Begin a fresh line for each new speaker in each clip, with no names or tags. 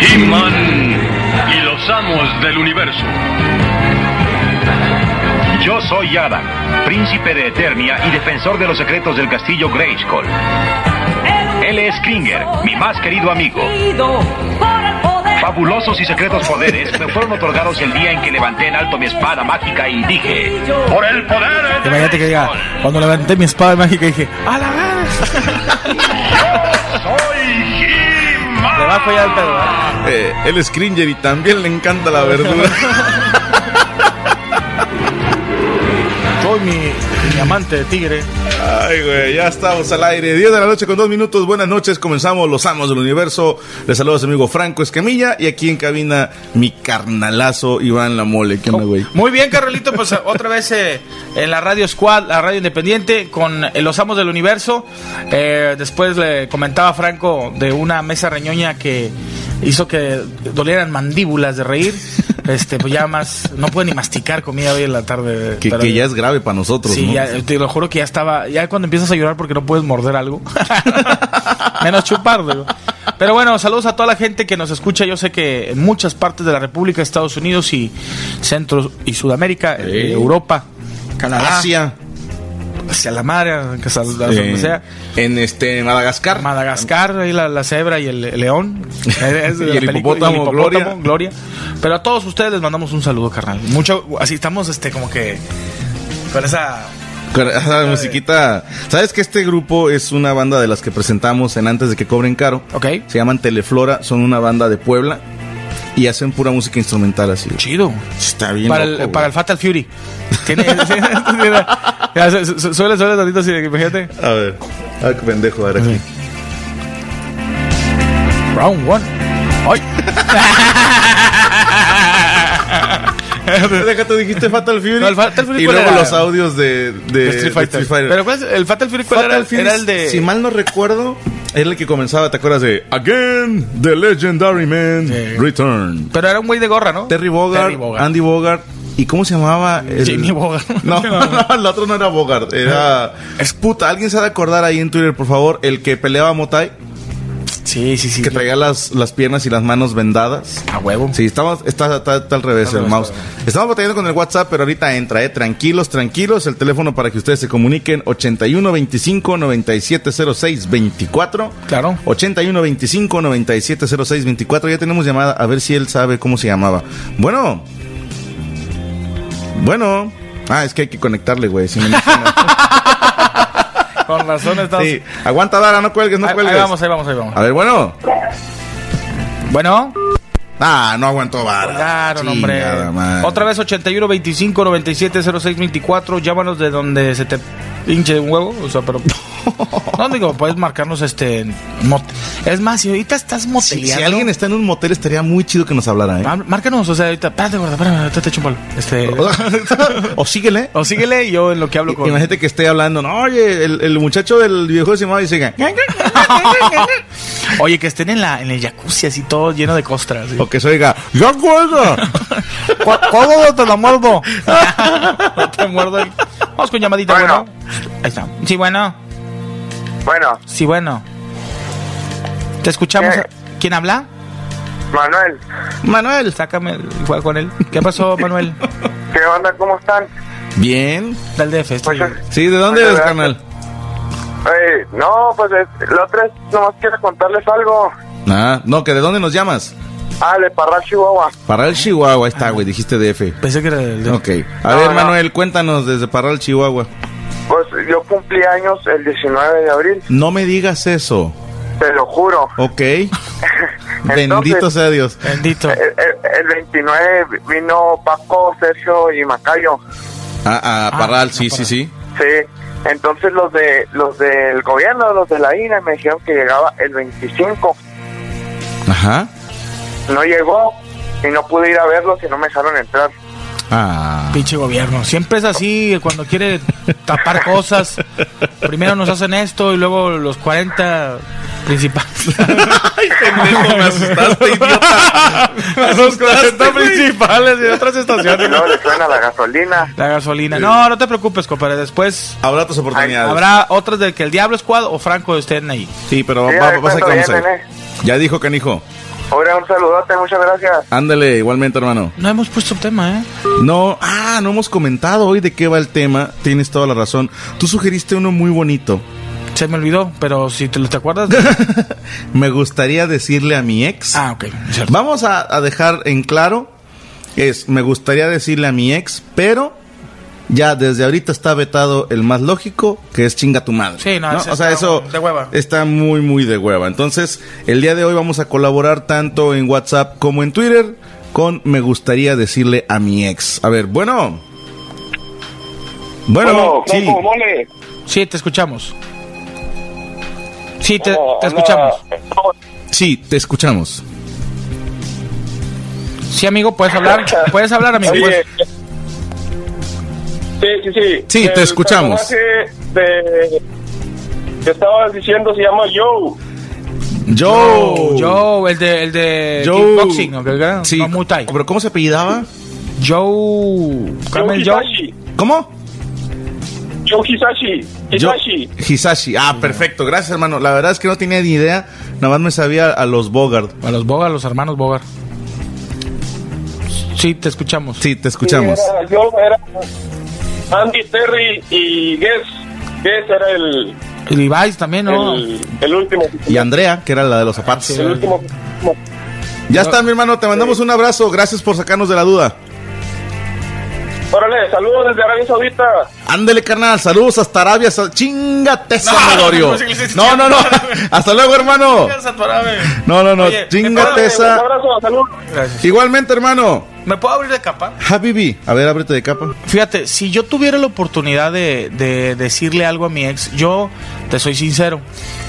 He-Man y los amos del universo. Yo soy Adam, príncipe de Eternia y defensor de los secretos del castillo Grayskull. Él es Kringer, mi más querido amigo. Fabulosos y secretos poderes me fueron otorgados el día en que levanté en alto mi espada mágica y dije: ¡Por el poder! de
Imagínate que diga, cuando levanté mi espada mágica dije, ¡a la vez!
¡Soy He-Man!
Le bajo ya el pedo,
Eh, él es Cringer y también le encanta la verdura.
Soy mi, mi amante de tigre.
Ay, güey, ya estamos al aire. 10 de la noche con dos minutos. Buenas noches, comenzamos Los Amos del Universo. Les saluda a su amigo Franco Escamilla y aquí en cabina mi carnalazo Iván La Mole. ¿Qué onda, güey?
Oh, Muy bien, Carolito, pues otra vez eh, en la Radio Squad, la radio independiente, con eh, los amos del universo. Eh, después le comentaba a Franco de una mesa reñoña que hizo que dolieran mandíbulas de reír. Este, pues ya más, no puede ni masticar comida hoy en la tarde.
Que,
pero-
que ya es grave para nosotros,
Sí,
¿no?
ya, te lo juro que ya estaba. Ya cuando empiezas a llorar porque no puedes morder algo, menos chupar, digo. Pero bueno, saludos a toda la gente que nos escucha. Yo sé que en muchas partes de la República, Estados Unidos y Centro y Sudamérica, eh, Europa, Canadá,
Asia,
hacia la madre, hacia donde
eh,
sea.
en este Madagascar.
Madagascar, ahí la, la cebra y el león. Es de
Y
la
el
película,
hipopótamo, Gloria.
Pero a todos ustedes les mandamos un saludo, carnal. Mucho, así estamos, este, como que con esa.
Cara- esa musiquita. ¿Sabes que este grupo es una banda de las que presentamos en Antes de que cobren caro?
Ok.
Se llaman Teleflora, son una banda de Puebla y hacen pura música instrumental así.
Chido.
Está bien.
para,
loco,
el,
güey.
para el Fatal Fury. Tiene. Ya, su- su- Suele, suele tantito así, imagínate.
A ver. A ver qué pendejo ahora aquí.
Round one. ¡Ay!
Déjate, dijiste Fatal Fury.
No, el Fatal Fury,
y
¿cuál
luego
era?
los audios de, de-
Street
de
Fighter. Pero ¿cuál es el Fatal Fury? ¿Cuál
Fatal
era?
Fury,
Era el de.
Si mal no recuerdo, era el que comenzaba, ¿te acuerdas de Again, The Legendary Man
Sí.
Return?
Pero era un güey de gorra, ¿no?
Terry Bogard,
Terry Bogard.
Andy Bogart. ¿Y cómo se llamaba? El-
Jimmy Bogart.
No, no, el otro no era Bogart. Era. Es puta, alguien se ha de acordar ahí en Twitter, por favor, el que peleaba a Motai,
Sí, sí, sí.
que traía las, las piernas y las manos vendadas.
A huevo.
Sí, estamos, está, está- está al revés
Está al
el
revés,
mouse.
está al
Estamos batallando con el WhatsApp, pero ahorita entra, eh. Tranquilos, tranquilos. El teléfono para que ustedes se comuniquen: 81 25 9706 24.
Claro.
81 25 9706 24. Ya tenemos llamada, a ver si él sabe cómo se llamaba. Bueno. Bueno. Ah, es que hay que conectarle, güey. si no, no suena.
Con razón estamos.
sí. Aguanta, Dara, no cuelgues, no
ahí, ahí
cuelgues.
vamos, ahí vamos, ahí vamos.
A ver, bueno.
Bueno.
Ah, no aguantó Vara.
Claro, no, hombre.
Chingada madre.
Otra vez 81 25 97 06 24. Llámanos de donde se te hinche un huevo. O sea, pero. No digo, puedes marcarnos este. mot- Es más, si ahorita estás
Si,
moteleando.
si alguien está en un motel, estaría muy chido que nos hablara, ¿eh?
Má- Márcanos, o sea, ahorita. Espérate, gorda, espérame, ahorita te echo un palo. Este.
o síguele.
O síguele y yo en lo que hablo
I-
con.
Imagínate que esté hablando, no, oye, el, el muchacho del viejo se llamaba y siga.
Oye, que estén en la en el jacuzzi así todo lleno de costras. así.
O que se oiga, ¡ya cuelga!
¿Cómo te la muerdo? no te muerdo. ahí. Vamos con llamadita, bueno.
Bueno.
Ahí está. Sí, bueno.
Bueno,
Sí, bueno. ¿Te escuchamos?
Eh.
¿Quién habla?
Manuel,
Manuel. Sácame, el- juega con él. ¿Qué pasó, Manuel?
¿qué onda? ¿Cómo están?
Bien.
Del DF. estoy
Pues,
bien.
Sí, ¿de dónde eres, carnal?
Eh, no, pues es- la otra es, nomás quiero contarles algo.
Ah, no, que ¿de dónde nos llamas?
Ah, de Parral, Chihuahua.
Parral, Chihuahua, ahí está, güey, dijiste DF.
Pensé que era del DF.
Ok. A
No,
ver,
no.
Manuel, cuéntanos desde Parral, Chihuahua.
Pues yo cumplí años el 19 de abril,
No me digas eso.
te lo juro.
Ok. Bendito sea Dios.
Bendito.
El, el- el 29 vino Paco, Sergio y Macayo.
Ah, ah,
Ah,
Parral,
no,
sí, sí,
Parral.
sí.
Sí, entonces los de los del gobierno, los de la INE me dijeron que llegaba el 25.
Ajá.
No llegó y no pude ir a verlos y no me dejaron entrar.
Ah.
Pinche gobierno. Siempre es así cuando quiere tapar cosas. Primero nos hacen esto y luego los 40 principales.
pendejo, me asustaste, idiota. Me asustaste,
principales y otras
Y luego le suena la gasolina.
La gasolina. No, no te preocupes, compadre. Después
Habrá otras oportunidades.
habrá otras de que el Diablo Squad o Franco estén ahí.
Sí, pero va-
Sí, pues, a
va-
ver
pasa que
cuándo
vamos a ir.
vienen,
Ya dijo, canijo.
Ahora un saludote, muchas gracias.
Ándale, igualmente, hermano.
No hemos puesto tema, ¿eh?
No, ah, no hemos comentado hoy de qué va el tema. Tienes toda la razón. Tú sugeriste uno muy bonito.
Se me olvidó, pero si te, lo- te acuerdas.
Me gustaría decirle a mi ex.
ah, ok. cierto.
Vamos a, a dejar en claro, es, me gustaría decirle a mi ex, pero ya desde ahorita está vetado el más lógico, que es chinga tu madre.
Sí, no, ese
o sea,
está
eso
de hueva.
está muy, muy de hueva. Entonces, el día de hoy vamos a colaborar tanto en WhatsApp como en Twitter con me gustaría decirle a mi ex. A ver, bueno. Bueno, sí.
mole.
Sí, te escuchamos. Sí, te, te escuchamos.
Sí, te escuchamos.
Sí, amigo, puedes hablar. Puedes hablar, amigo. pues. puedes-
Sí, sí, sí.
Sí, te escuchamos.
personaje de- que estabas diciendo se llama Joe.
Joe.
Joe, el de, el de
Joe.
kickboxing, ¿ok? ¿verdad?
Sí.
No, Muay Thai.
¿Pero cómo se apellidaba?
Joe. Camel Joe.
Hisashi.
¿Cómo?
Joe Hisashi.
Yo-
Hisashi.
Hisashi. Ah, perfecto. Gracias, hermano. La verdad es que no tenía ni idea. Nada más me sabía a los Bogart.
A los Bogar, los hermanos Bogar. Sí, te escuchamos.
Sí, te escuchamos.
Sí, era- yo era Andy Terry y Guess. Guess era el,
Y Levi's también, ¿no?
el, el último.
Y Andrea, que era la de los zapatos.
El último.
Ya está, mi hermano. Te mandamos un abrazo. Gracias por sacarnos de la duda.
Órale, saludos desde Arabia Saudita.
Ándele, carnal. Saludos hasta Arabia. Sa- Chingate, Sadorio. No, no, no. Hasta luego, hermano. No, no, no.
Oye,
Chingate
Un
esa.
abrazo, salud.
Gracias.
Igualmente, hermano.
¿Me puedo abrir de capa?
Habibi. A ver, ábrete de capa.
Fíjate, si yo tuviera la oportunidad de, de decirle algo a mi ex, yo te soy sincero.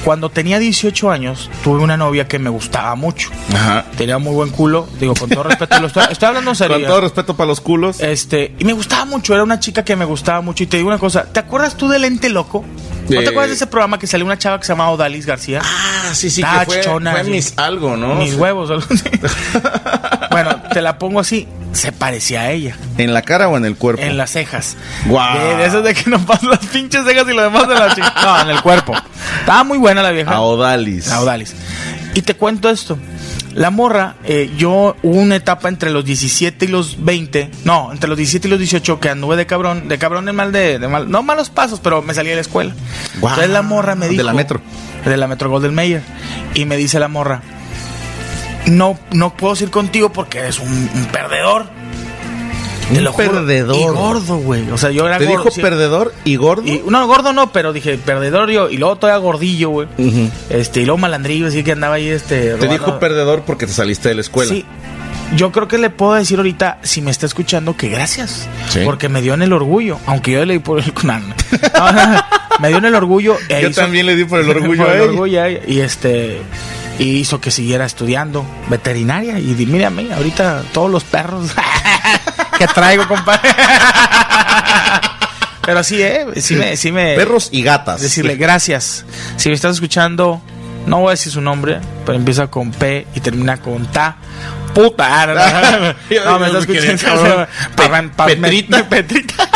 Cuando tenía 18 años, tuve una novia que me gustaba mucho.
Ajá.
Tenía muy buen culo. Digo, con todo respeto, lo estoy, estoy hablando en serio. ¿eh?
Con todo respeto para los culos.
Este, y me gustaba mucho, era una chica que me gustaba mucho. Y te digo una cosa, ¿te acuerdas tú del Ente Loco? ¿No
Eh.
te acuerdas de ese programa que salió una chava que se llamaba Odalis García?
Ah, sí, sí,
Estaba chichona, sí.
algo, ¿no?
Mis huevos, algo así. bueno, te la pongo así, se parecía a ella,
¿En la cara o en el cuerpo?
en las cejas.
Guau.
De, de esas de que nos pasan las pinches cejas y lo demás de la chica. No, en el cuerpo. Estaba muy buena la vieja.
A Odalis.
La Odalis. Y te cuento esto. La morra, eh, yo hubo una etapa entre los 17 y los 20, no, entre los 17 y los 18 que anduve de cabrón, de cabrón en mal de, de mal, no malos pasos, pero me salí de la escuela.
Guau.
Entonces la morra me
De
dijo
la Metro.
de la Metro Golden Mayer y me dice la morra, "No no puedo ir contigo porque eres un, un perdedor." Te
Un
lo juro.
perdedor.
Y gordo, güey. O sea, yo era
¿Te
gordo.
dijo
sí.
perdedor y gordo?
Y- no, gordo no, pero dije, perdedor yo. Y luego todavía gordillo, güey.
Ujú.
Este, y luego malandrillo, así que andaba ahí, este.
Te
robando-
dijo perdedor porque te saliste de la escuela.
Sí. Yo creo que le puedo decir ahorita, si me está escuchando, que gracias.
Sí.
Porque me dio en el orgullo. Aunque yo le di por el cunan. me dio en el orgullo. e
Yo
hizo-
también le di por el orgullo
por
a
el
ella.
orgullo a ella, Y este. Y hizo que siguiera estudiando veterinaria. Y di, mírame, ahorita todos los perros que traigo, compadre. Pero sí, eh, sí me, sí me.
Perros y gatas.
Decirle gracias. Si me estás escuchando, no voy a decir su nombre, pero empieza con P y termina con Ta. Puta. ah, no, no, no, no, me está escuchando. Parran- par- me-
Petrita.
Petrita.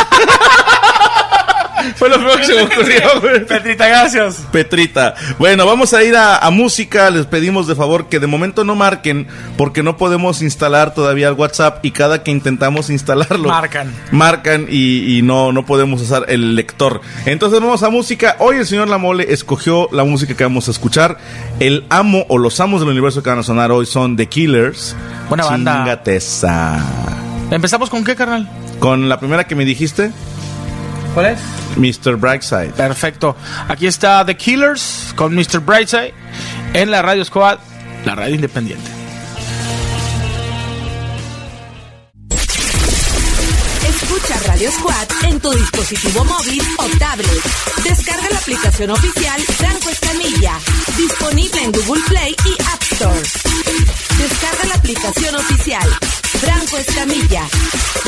Fue lo primero que se me ocurrió, güey.
Petrita, gracias.
Petrita. Bueno, vamos a ir a, a música. Les pedimos de favor que de momento no marquen porque no podemos instalar todavía el WhatsApp y cada que intentamos instalarlo
Marcan.
marcan y, y no no podemos usar el lector. Entonces vamos a música. Hoy el señor Lamole escogió la música que vamos a escuchar. El amo o los amos del universo que van a sonar hoy son The Killers.
Buena banda.
Chíngate esa.
¿Empezamos con qué, carnal?
Con la primera que me dijiste,
¿Cuál es?
Mr. Brightside.
Perfecto. Aquí está The Killers con Mr. Brightside en la Radio Squad, la radio independiente.
Escucha Radio Squad en tu dispositivo móvil o tablet. Descarga la aplicación oficial Franco Escamilla, disponible en Google Play y App Store. Descarga la aplicación oficial Franco Escamilla,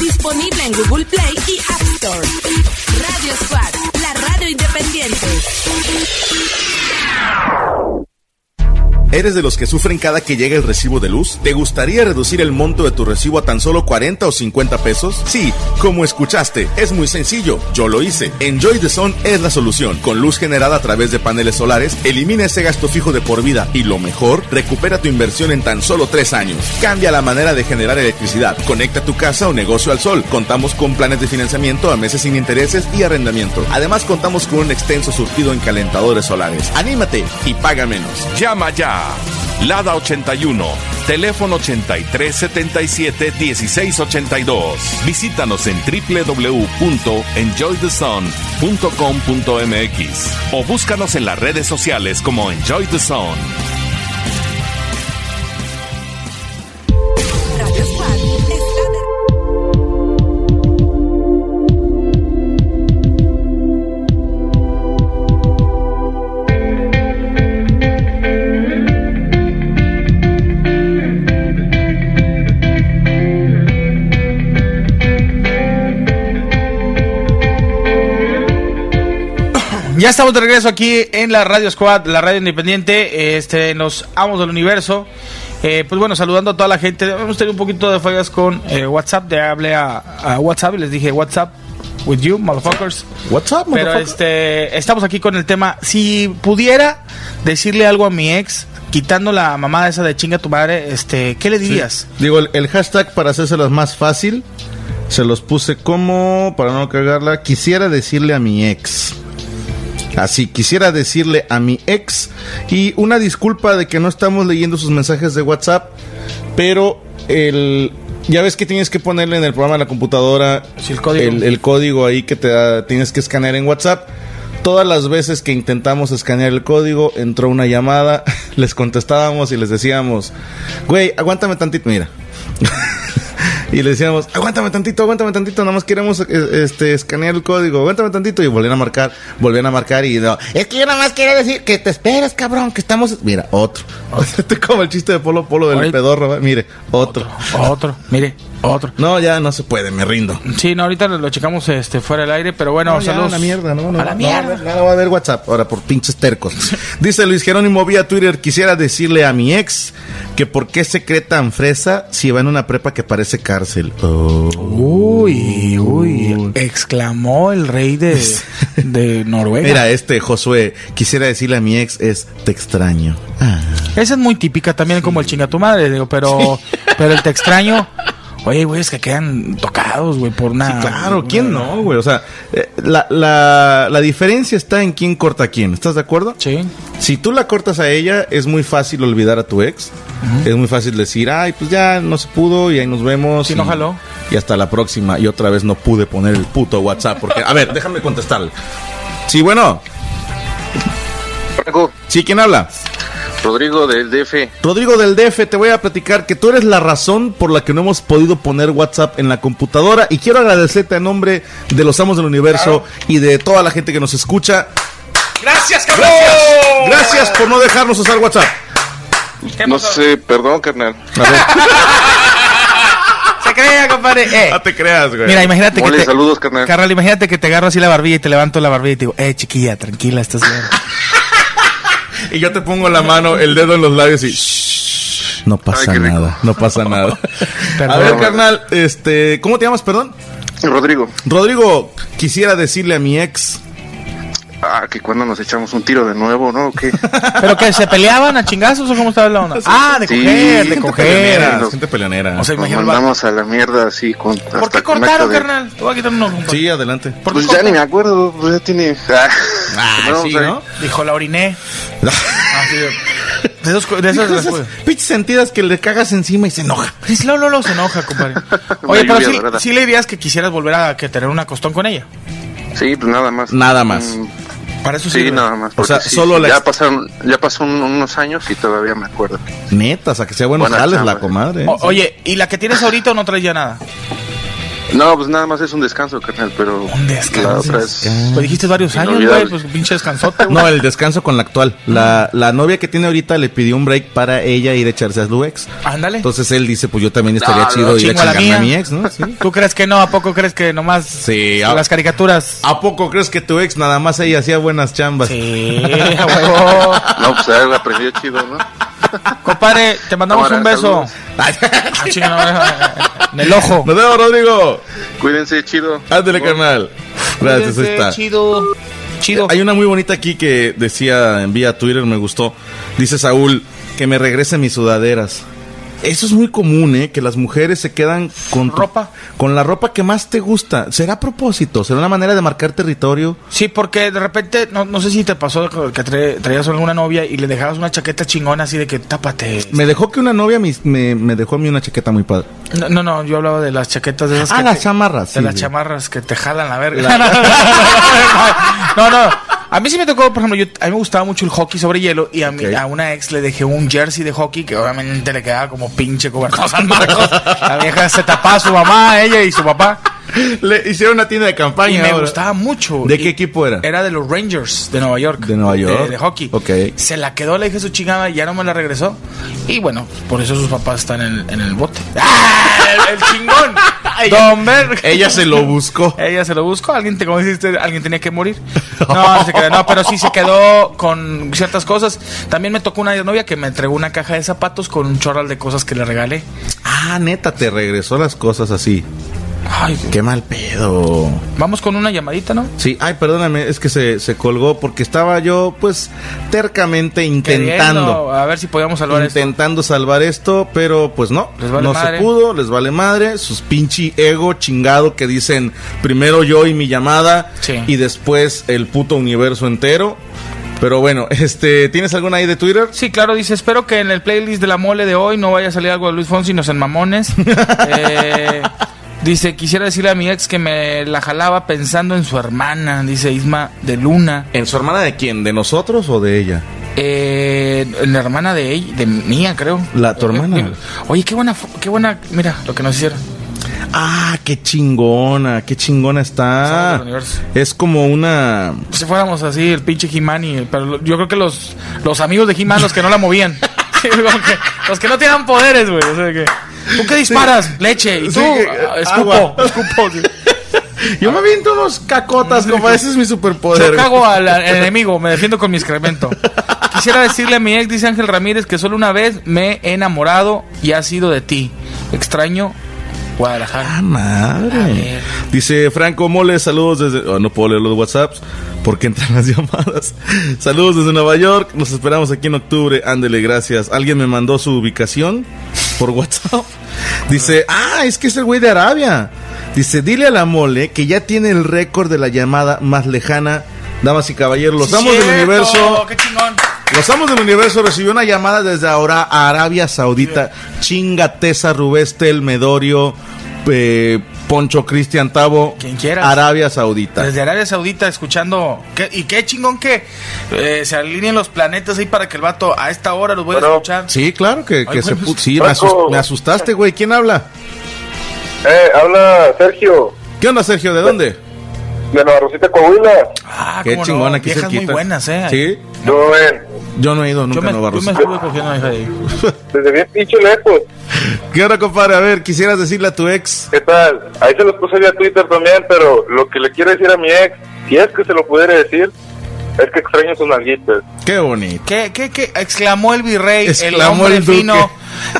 disponible en Google Play y App Store. Radio Squad, la radio independiente.
¿Eres de los que sufren cada que llega el recibo de luz? ¿Te gustaría reducir el monto de tu recibo a tan solo 40 o 50 pesos? Sí, como escuchaste, es muy sencillo, yo lo hice. Enjoy the Sun es la solución. Con luz generada a través de paneles solares, elimina ese gasto fijo de por vida y lo mejor, recupera tu inversión en tan solo 3 años. Cambia la manera de generar electricidad. Conecta tu casa o negocio al sol. Contamos con planes de financiamiento a meses sin intereses y arrendamiento. Además, contamos con un extenso surtido en calentadores solares. Anímate y paga menos.
Llama ya. Lada 81, teléfono 8377-1682. Visítanos en www.enjoythesun.com.mx o búscanos en las redes sociales como Enjoy the Sun.
Radio Squad está de
Ya estamos de regreso aquí en la Radio Squad, la radio independiente, este, nos amos del universo. Eh, pues bueno, saludando a toda la gente. Hemos tenido un poquito de fallas con eh, WhatsApp. Le hablé a, a WhatsApp y les dije WhatsApp with you, motherfuckers.
WhatsApp,
Pero este, estamos aquí con el tema. Si pudiera decirle algo a mi ex, quitando la mamada esa de chinga tu madre, este, ¿qué le dirías?
Digo, el, el hashtag para hacérselas más fácil, se los puse como, para no cagarla, quisiera decirle a mi ex. Así, quisiera decirle a mi ex. Y una disculpa de que no estamos leyendo sus mensajes de WhatsApp, pero el... Ya ves que tienes que ponerle en el programa de la computadora
Sí, el código.
el- el código ahí que te da- tienes que escanear en WhatsApp. Todas las veces que intentamos escanear el código, entró una llamada, les contestábamos y les decíamos, güey, aguántame tantito, mira. y le decíamos, aguántame tantito, aguántame tantito, nada más queremos eh, este, escanear el código, aguántame tantito. Y volvían a marcar, volvían a marcar y no, es que yo nada más quería decir que te esperes, cabrón, que estamos... Mira, otro. Este Como el chiste de Polo Polo del
Ahorita-
pedorro, ¿eh? mire, otro.
Otro, mire, otro.
No, ya no se puede, me rindo.
Sí, no, ahorita lo checamos este, fuera del aire, pero bueno,
No, ya,
saludos.
A la mierda, no, no,
A la
no,
mierda.
no, no va a haber WhatsApp ahora por pinches tercos. Dice Luis Jerónimo vía Twitter, quisiera decirle a mi ex que por qué se cree tan fresa si va en una prepa que parece cárcel. Oh.
Uy, uy, exclamó el rey de, de Noruega.
Mira, este Josué, quisiera decirle a mi ex es te extraño. Ah.
Esa es muy típica también como el chinga tu madre, digo, pero, pero el te extraño. Oye, güey, es que quedan tocados, güey, por
Sí,
nada.
claro, ¿quién no, güey? O sea, eh, la, la- la diferencia está en quién corta a quién. ¿Estás de acuerdo?
Sí.
Si tú la cortas a ella, es muy fácil olvidar a tu ex. Es muy fácil decir, ay, pues ya no se pudo y ahí nos vemos.
Sí,
y,
no jaló.
Y hasta la próxima. Y otra vez no pude poner el puto WhatsApp porque, a ver, déjame contestarle. Sí, bueno.
Franco,
Sí, ¿quién habla?
Rodrigo del DF.
Rodrigo del DF, te voy a platicar que tú eres la razón por la que no hemos podido poner WhatsApp en la computadora y quiero agradecerte a nombre de los amos del universo y de toda la gente que nos escucha.
Gracias, cabrón.
Gracias, gracias por no dejarnos usar WhatsApp.
¿Qué
No
pasó?
sé, perdón, carnal.
Se crea, compadre. Eh,
No te creas, güey.
Mira, imagínate que
Mole,
te,
saludos, carnal.
Carnal, imagínate que te agarro así la barbilla y te levanto la barbilla y te digo, eh, chiquilla, tranquila, estás bien.
y yo te pongo la mano, el dedo en los labios y "Shh, no pasa
Ay, qué rico.
nada, no pasa nada.
Perdón.
a ver, carnal, este, ¿cómo te llamas, perdón?
Rodrigo,
Rodrigo, quisiera decirle a mi ex
ah, que cuando nos echamos un tiro de nuevo, ¿no? ¿O qué?
¿Pero que ¿Se peleaban a chingazos o cómo estaba la onda? Ah, de
Sí.
coger, de
Gente
coger.
peleonera.
gente peleonera.
O sea,
Nos
imagino el vato.
mandamos a la mierda así con.
¿Por qué cortaron, carnal? Te voy a quitar un ojo, compadre.
sí, adelante.
¿Por qué
Pues ya
cortaron?
ni me acuerdo, pues ya tiene. Ah,
Ah,
Bueno,
sí,
o sea,
¿no?
Dijo, la oriné. Así de, de esos, de
Dijo
esos
esas pinches sentidas que le cagas encima y se enoja.
Sí, Lolo Lolo se enoja, compadre.
Una
Oye, pero
lluvia
sí,
dorada.
sí le dirías que quisieras volver a que tener una costón con ella.
Sí, pues nada más.
Nada más.
Mm,
Para eso
sí,
sirve.
nada más.
O
porque
sea,
sí,
solo la-
Ya pasaron, ya pasaron unos años y todavía me acuerdo.
Neta, o sea, que sea bueno
Buena
jales
chamba.
la comadre. ¿eh?
O- oye, ¿y la que tienes ahorita o no traes ya nada?
No, pues nada más es un descanso, carnal, pero.
Un descanso.
La otra es.
Pues dijiste varios años,
Inolvidable.
güey, pues pinche descansote. güey.
No, el descanso con la actual. La, la novia que tiene ahorita le pidió un break para ella ir a echarse a su ex.
Ándale.
Entonces él dice, pues yo también estaría
No,
chido
no,
ir a
Ah, chingo a la
chingarme a mi
mía.
ex, ¿no? Sí.
¿Tú crees que no? ¿A poco crees que nomás
Sí, a-
las caricaturas?
¿A poco crees que tu ex nada más ella hacía buenas chambas?
Sí, a huevo.
No, pues algo aprendió chido, ¿no?
Compadre, te mandamos
Ahora,
un beso.
saludos.
Ay,
Ah, chinga, no, eh, en el ojo.
Nos vemos, Rodrigo.
Cuídense, chido.
Ándale, carnal. Gracias, ahí está.
Chido. Chido.
Hay una muy bonita aquí que decía en vía Twitter, me gustó. Dice Saúl, que me regrese mis sudaderas. Eso es muy común, ¿eh? Que las mujeres se quedan con tu-
Ropa.
Con la ropa que más te gusta. ¿Será a propósito? ¿Será una manera de marcar territorio?
Sí, porque de repente, no, no sé si te pasó que tra- traías alguna novia y le dejabas una chaqueta chingona así de que tápate.
Me dejó que una novia mis- me, me dejó a mí una chaqueta muy padre.
No, no, no, yo hablaba de las chaquetas de esas
Ah,
que
las
te-
chamarras,
De
sí,
las
sí.
chamarras que te jalan la verga. no, no. A mí sí me tocó, por ejemplo, yo, a mí me gustaba mucho el hockey sobre hielo y a, mí-
Ok.
a una ex le dejé un jersey de hockey que obviamente le quedaba como pinche cobertor San Marcos. La vieja se tapaba a su mamá, ella y su papá.
Le hicieron una tienda de campaña.
Y me
ahora.
gustaba mucho.
¿De
Y-
qué equipo era?
Era de los Rangers de Nueva York.
De Nueva York.
De, de hockey.
Ok.
Se la quedó, le dije su chingada, ya no me la regresó. Y bueno, por eso sus papás están en, en el bote. ¡Ah! El, el chingón. Don Berg.
Ella se lo buscó.
Ella se lo buscó, alguien te, como dijiste, alguien tenía que morir. No, no se queda, no, pero sí se quedó con ciertas cosas. También me tocó una novia que me entregó una caja de zapatos con un chorral de cosas que le regalé.
Ah, neta, te regresó las cosas así.
Ay,
Qué mal pedo.
vamos con una llamadita, ¿no?
Sí, ay, perdóname, es que se, se colgó porque estaba yo, pues, tercamente
Queriendo,
intentando.
a ver si podíamos salvar esto.
Intentando salvar esto, pero pues no,
Les vale
no
madre.
se pudo, les vale madre, sus pinche ego chingado que dicen primero yo y mi llamada
Sí.
y después el puto universo entero. Pero bueno, este, ¿tienes alguna ahí de Twitter?
Sí, claro, dice, espero que en el playlist de la mole de hoy no vaya a salir algo de Luis Fonsi, nos en mamones. Eh, dice, quisiera decirle a mi ex que me la jalaba pensando en su hermana, dice Isma de Luna.
¿En su hermana de quién? ¿De nosotros o de ella?
Eh, en la hermana de ella, de mía, creo.
La- tu
Eh,
hermana.
eh, Oye, qué buena, fo- qué buena, mira lo que nos hicieron.
Ah, qué chingona, qué chingona
Somos del
está.
universo.
Es como una...
Si fuéramos así, el pinche Jimani, pero lo- yo creo que los, los amigos de Jimán, los que no la movían. Sí, como que- los que no tenían poderes, güey. o sea que- ¿Tú qué disparas? Leche. Y tú,
Sí, que-
ah, escupo,
agua.
escupo. sí.
Yo me aviento unos cacotas, compa. Ese es mi superpoder.
Yo cago al, al enemigo, me defiendo con mi excremento. Quisiera decirle a mi ex, dice Ángel Ramírez, que solo una vez me he enamorado y ha sido de ti. Extraño
Ah,
Guadalajara. A
madre.
ver.
Dice Franco Mole, saludos desde. oh, no puedo leer los WhatsApps porque entran las llamadas. Saludos desde Nueva York. Nos esperamos aquí en octubre. Ándele, gracias. Alguien me mandó su ubicación por WhatsApp. Dice, ah, es que es el güey de Arabia. Dice, dile a la mole que ya tiene el récord de la llamada más lejana. Damas y caballeros, los
Sí,
amos del
cierto,
universo.
¡Qué chingón!
Los Amos del Universo recibió una llamada desde ahora a Arabia Saudita. Chinga Tesa Rubés Tel Medorio. eh, Poncho Cristian Tavo,
Quien quieras.
Arabia Saudita.
Desde Arabia Saudita escuchando. ¿Qué- y qué chingón que eh, se alineen los planetas ahí para que el vato a esta hora los voy a
Bueno.
escuchar.
Sí, claro que, que
Ay,
se
güey,
pu-
pues,
Sí, me, asus-
Paco.
me asustaste, güey. ¿Quién habla?
Eh, habla Sergio,
¿Qué onda, Sergio? ¿De dónde?
de Navarrocita, Coahuila.
Ah,
Qué
cómo no,
chingón, aquí
Viejas muy
cerquita.
buenas, ¿eh?
Sí,
Yo, eh, ven,
yo no he ido
Yo
nunca
me,
a
yo
Nueva
me
Rosita.
estuve cogiendo a una hija de ahí.
desde bien pinche lejos.
¿Qué onda, compadre? A ver, quisieras decirle a tu ex.
¿Qué tal? Ahí se los puse vía Twitter también, pero lo que le quiero decir a mi ex, si es que se lo pudiera decir, es que extraño sus nalguitas.
Qué bonito.
¿Qué, qué, qué? Exclamó el virrey, el
Exclamó
hombre
el duque.
fino,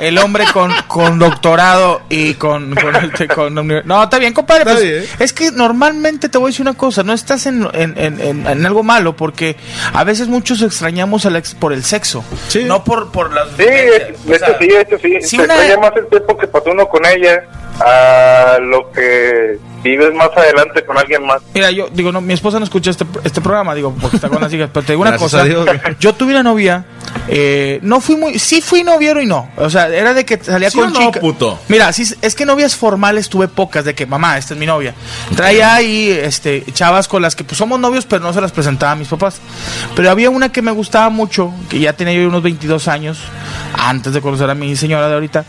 el hombre con, con doctorado y con... con, el- con la uni- no, está bien, compadre.
Está
pues,
bien.
Es que normalmente te voy a decir una cosa, no estás en, en- en- en- en algo malo porque a veces muchos extrañamos al ex por el sexo,
Sí.
no por, por las...
Sí, de
o sea,
hecho sí, de hecho sí.
si
se
una- e
extraña más el tiempo que pasó uno con ella a lo que vives más adelante con alguien más.
Mira, yo digo, no, mi esposa no escucha este, este programa, digo, porque está con las hijas, pero te digo una
Gracias
cosa.
a Dios.
Yo tuve una novia, eh, no fui muy, sí fui noviero y no. O sea, era de que salía
¿Sí
con
o no,
chica-
puto?
Mira, sí, es que novias formales tuve pocas, de que mamá, esta es mi novia. Traía ahí este, chavas con las que pues, somos novios, pero no se las presentaba a mis papás. Pero había una que me gustaba mucho, que ya tenía yo unos 22 años, antes de conocer a mi señora de ahorita.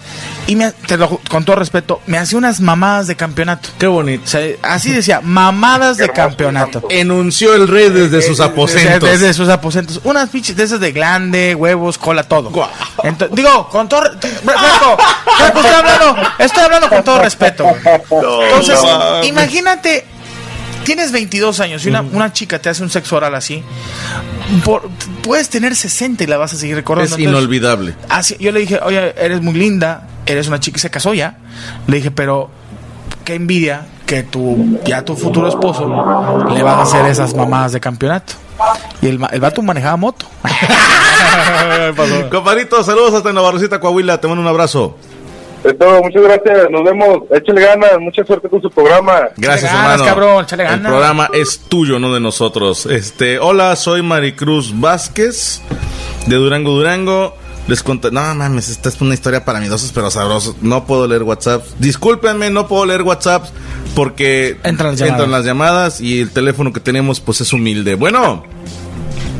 Y me, te lo ju- con todo respeto, me hacía unas mamadas de campeonato.
Qué bonito.
O sea, así decía, mamadas de
Hermoso Eh,
campeonato.
campo.
Enunció el rey desde sus
Desde,
aposentos.
desde sus aposentos. Unas pinches de esas de glande, huevos, cola, todo.
Guau.
Ento- digo, con todo. re- Franco, Franco, estoy hablando, estoy hablando con todo respeto. güey. Entonces,
no pues. Mm. mames.
imagínate, tienes 22 años y una, una chica te hace un sexo oral así. por- puedes tener 60 y la vas a seguir recordando.
Es
Entonces,
inolvidable.
Así, yo le dije, oye, eres muy linda, eres una chica y se casó ya. Le dije, pero qué envidia que tu, ya tu futuro esposo le vas a hacer esas mamadas de campeonato. Y el, ma- el vato manejaba moto.
Compadrito, saludos hasta Navarrocita, Coahuila. Te mando un abrazo.
Es todo, muchas gracias, nos vemos, échale ganas, mucha suerte con su programa.
Gracias,
ganas,
hermano.
cabrón, échale
El
ganas.
programa es tuyo, no de nosotros. Este, hola, soy Maricruz Vázquez de Durango, Durango. Les conté, no mames, esta es una historia para miedosos pero sabrosos. No puedo leer WhatsApp. Discúlpenme, no puedo leer WhatsApp porque
Entran las llamadas.
las llamadas y el teléfono que tenemos pues es humilde. Bueno,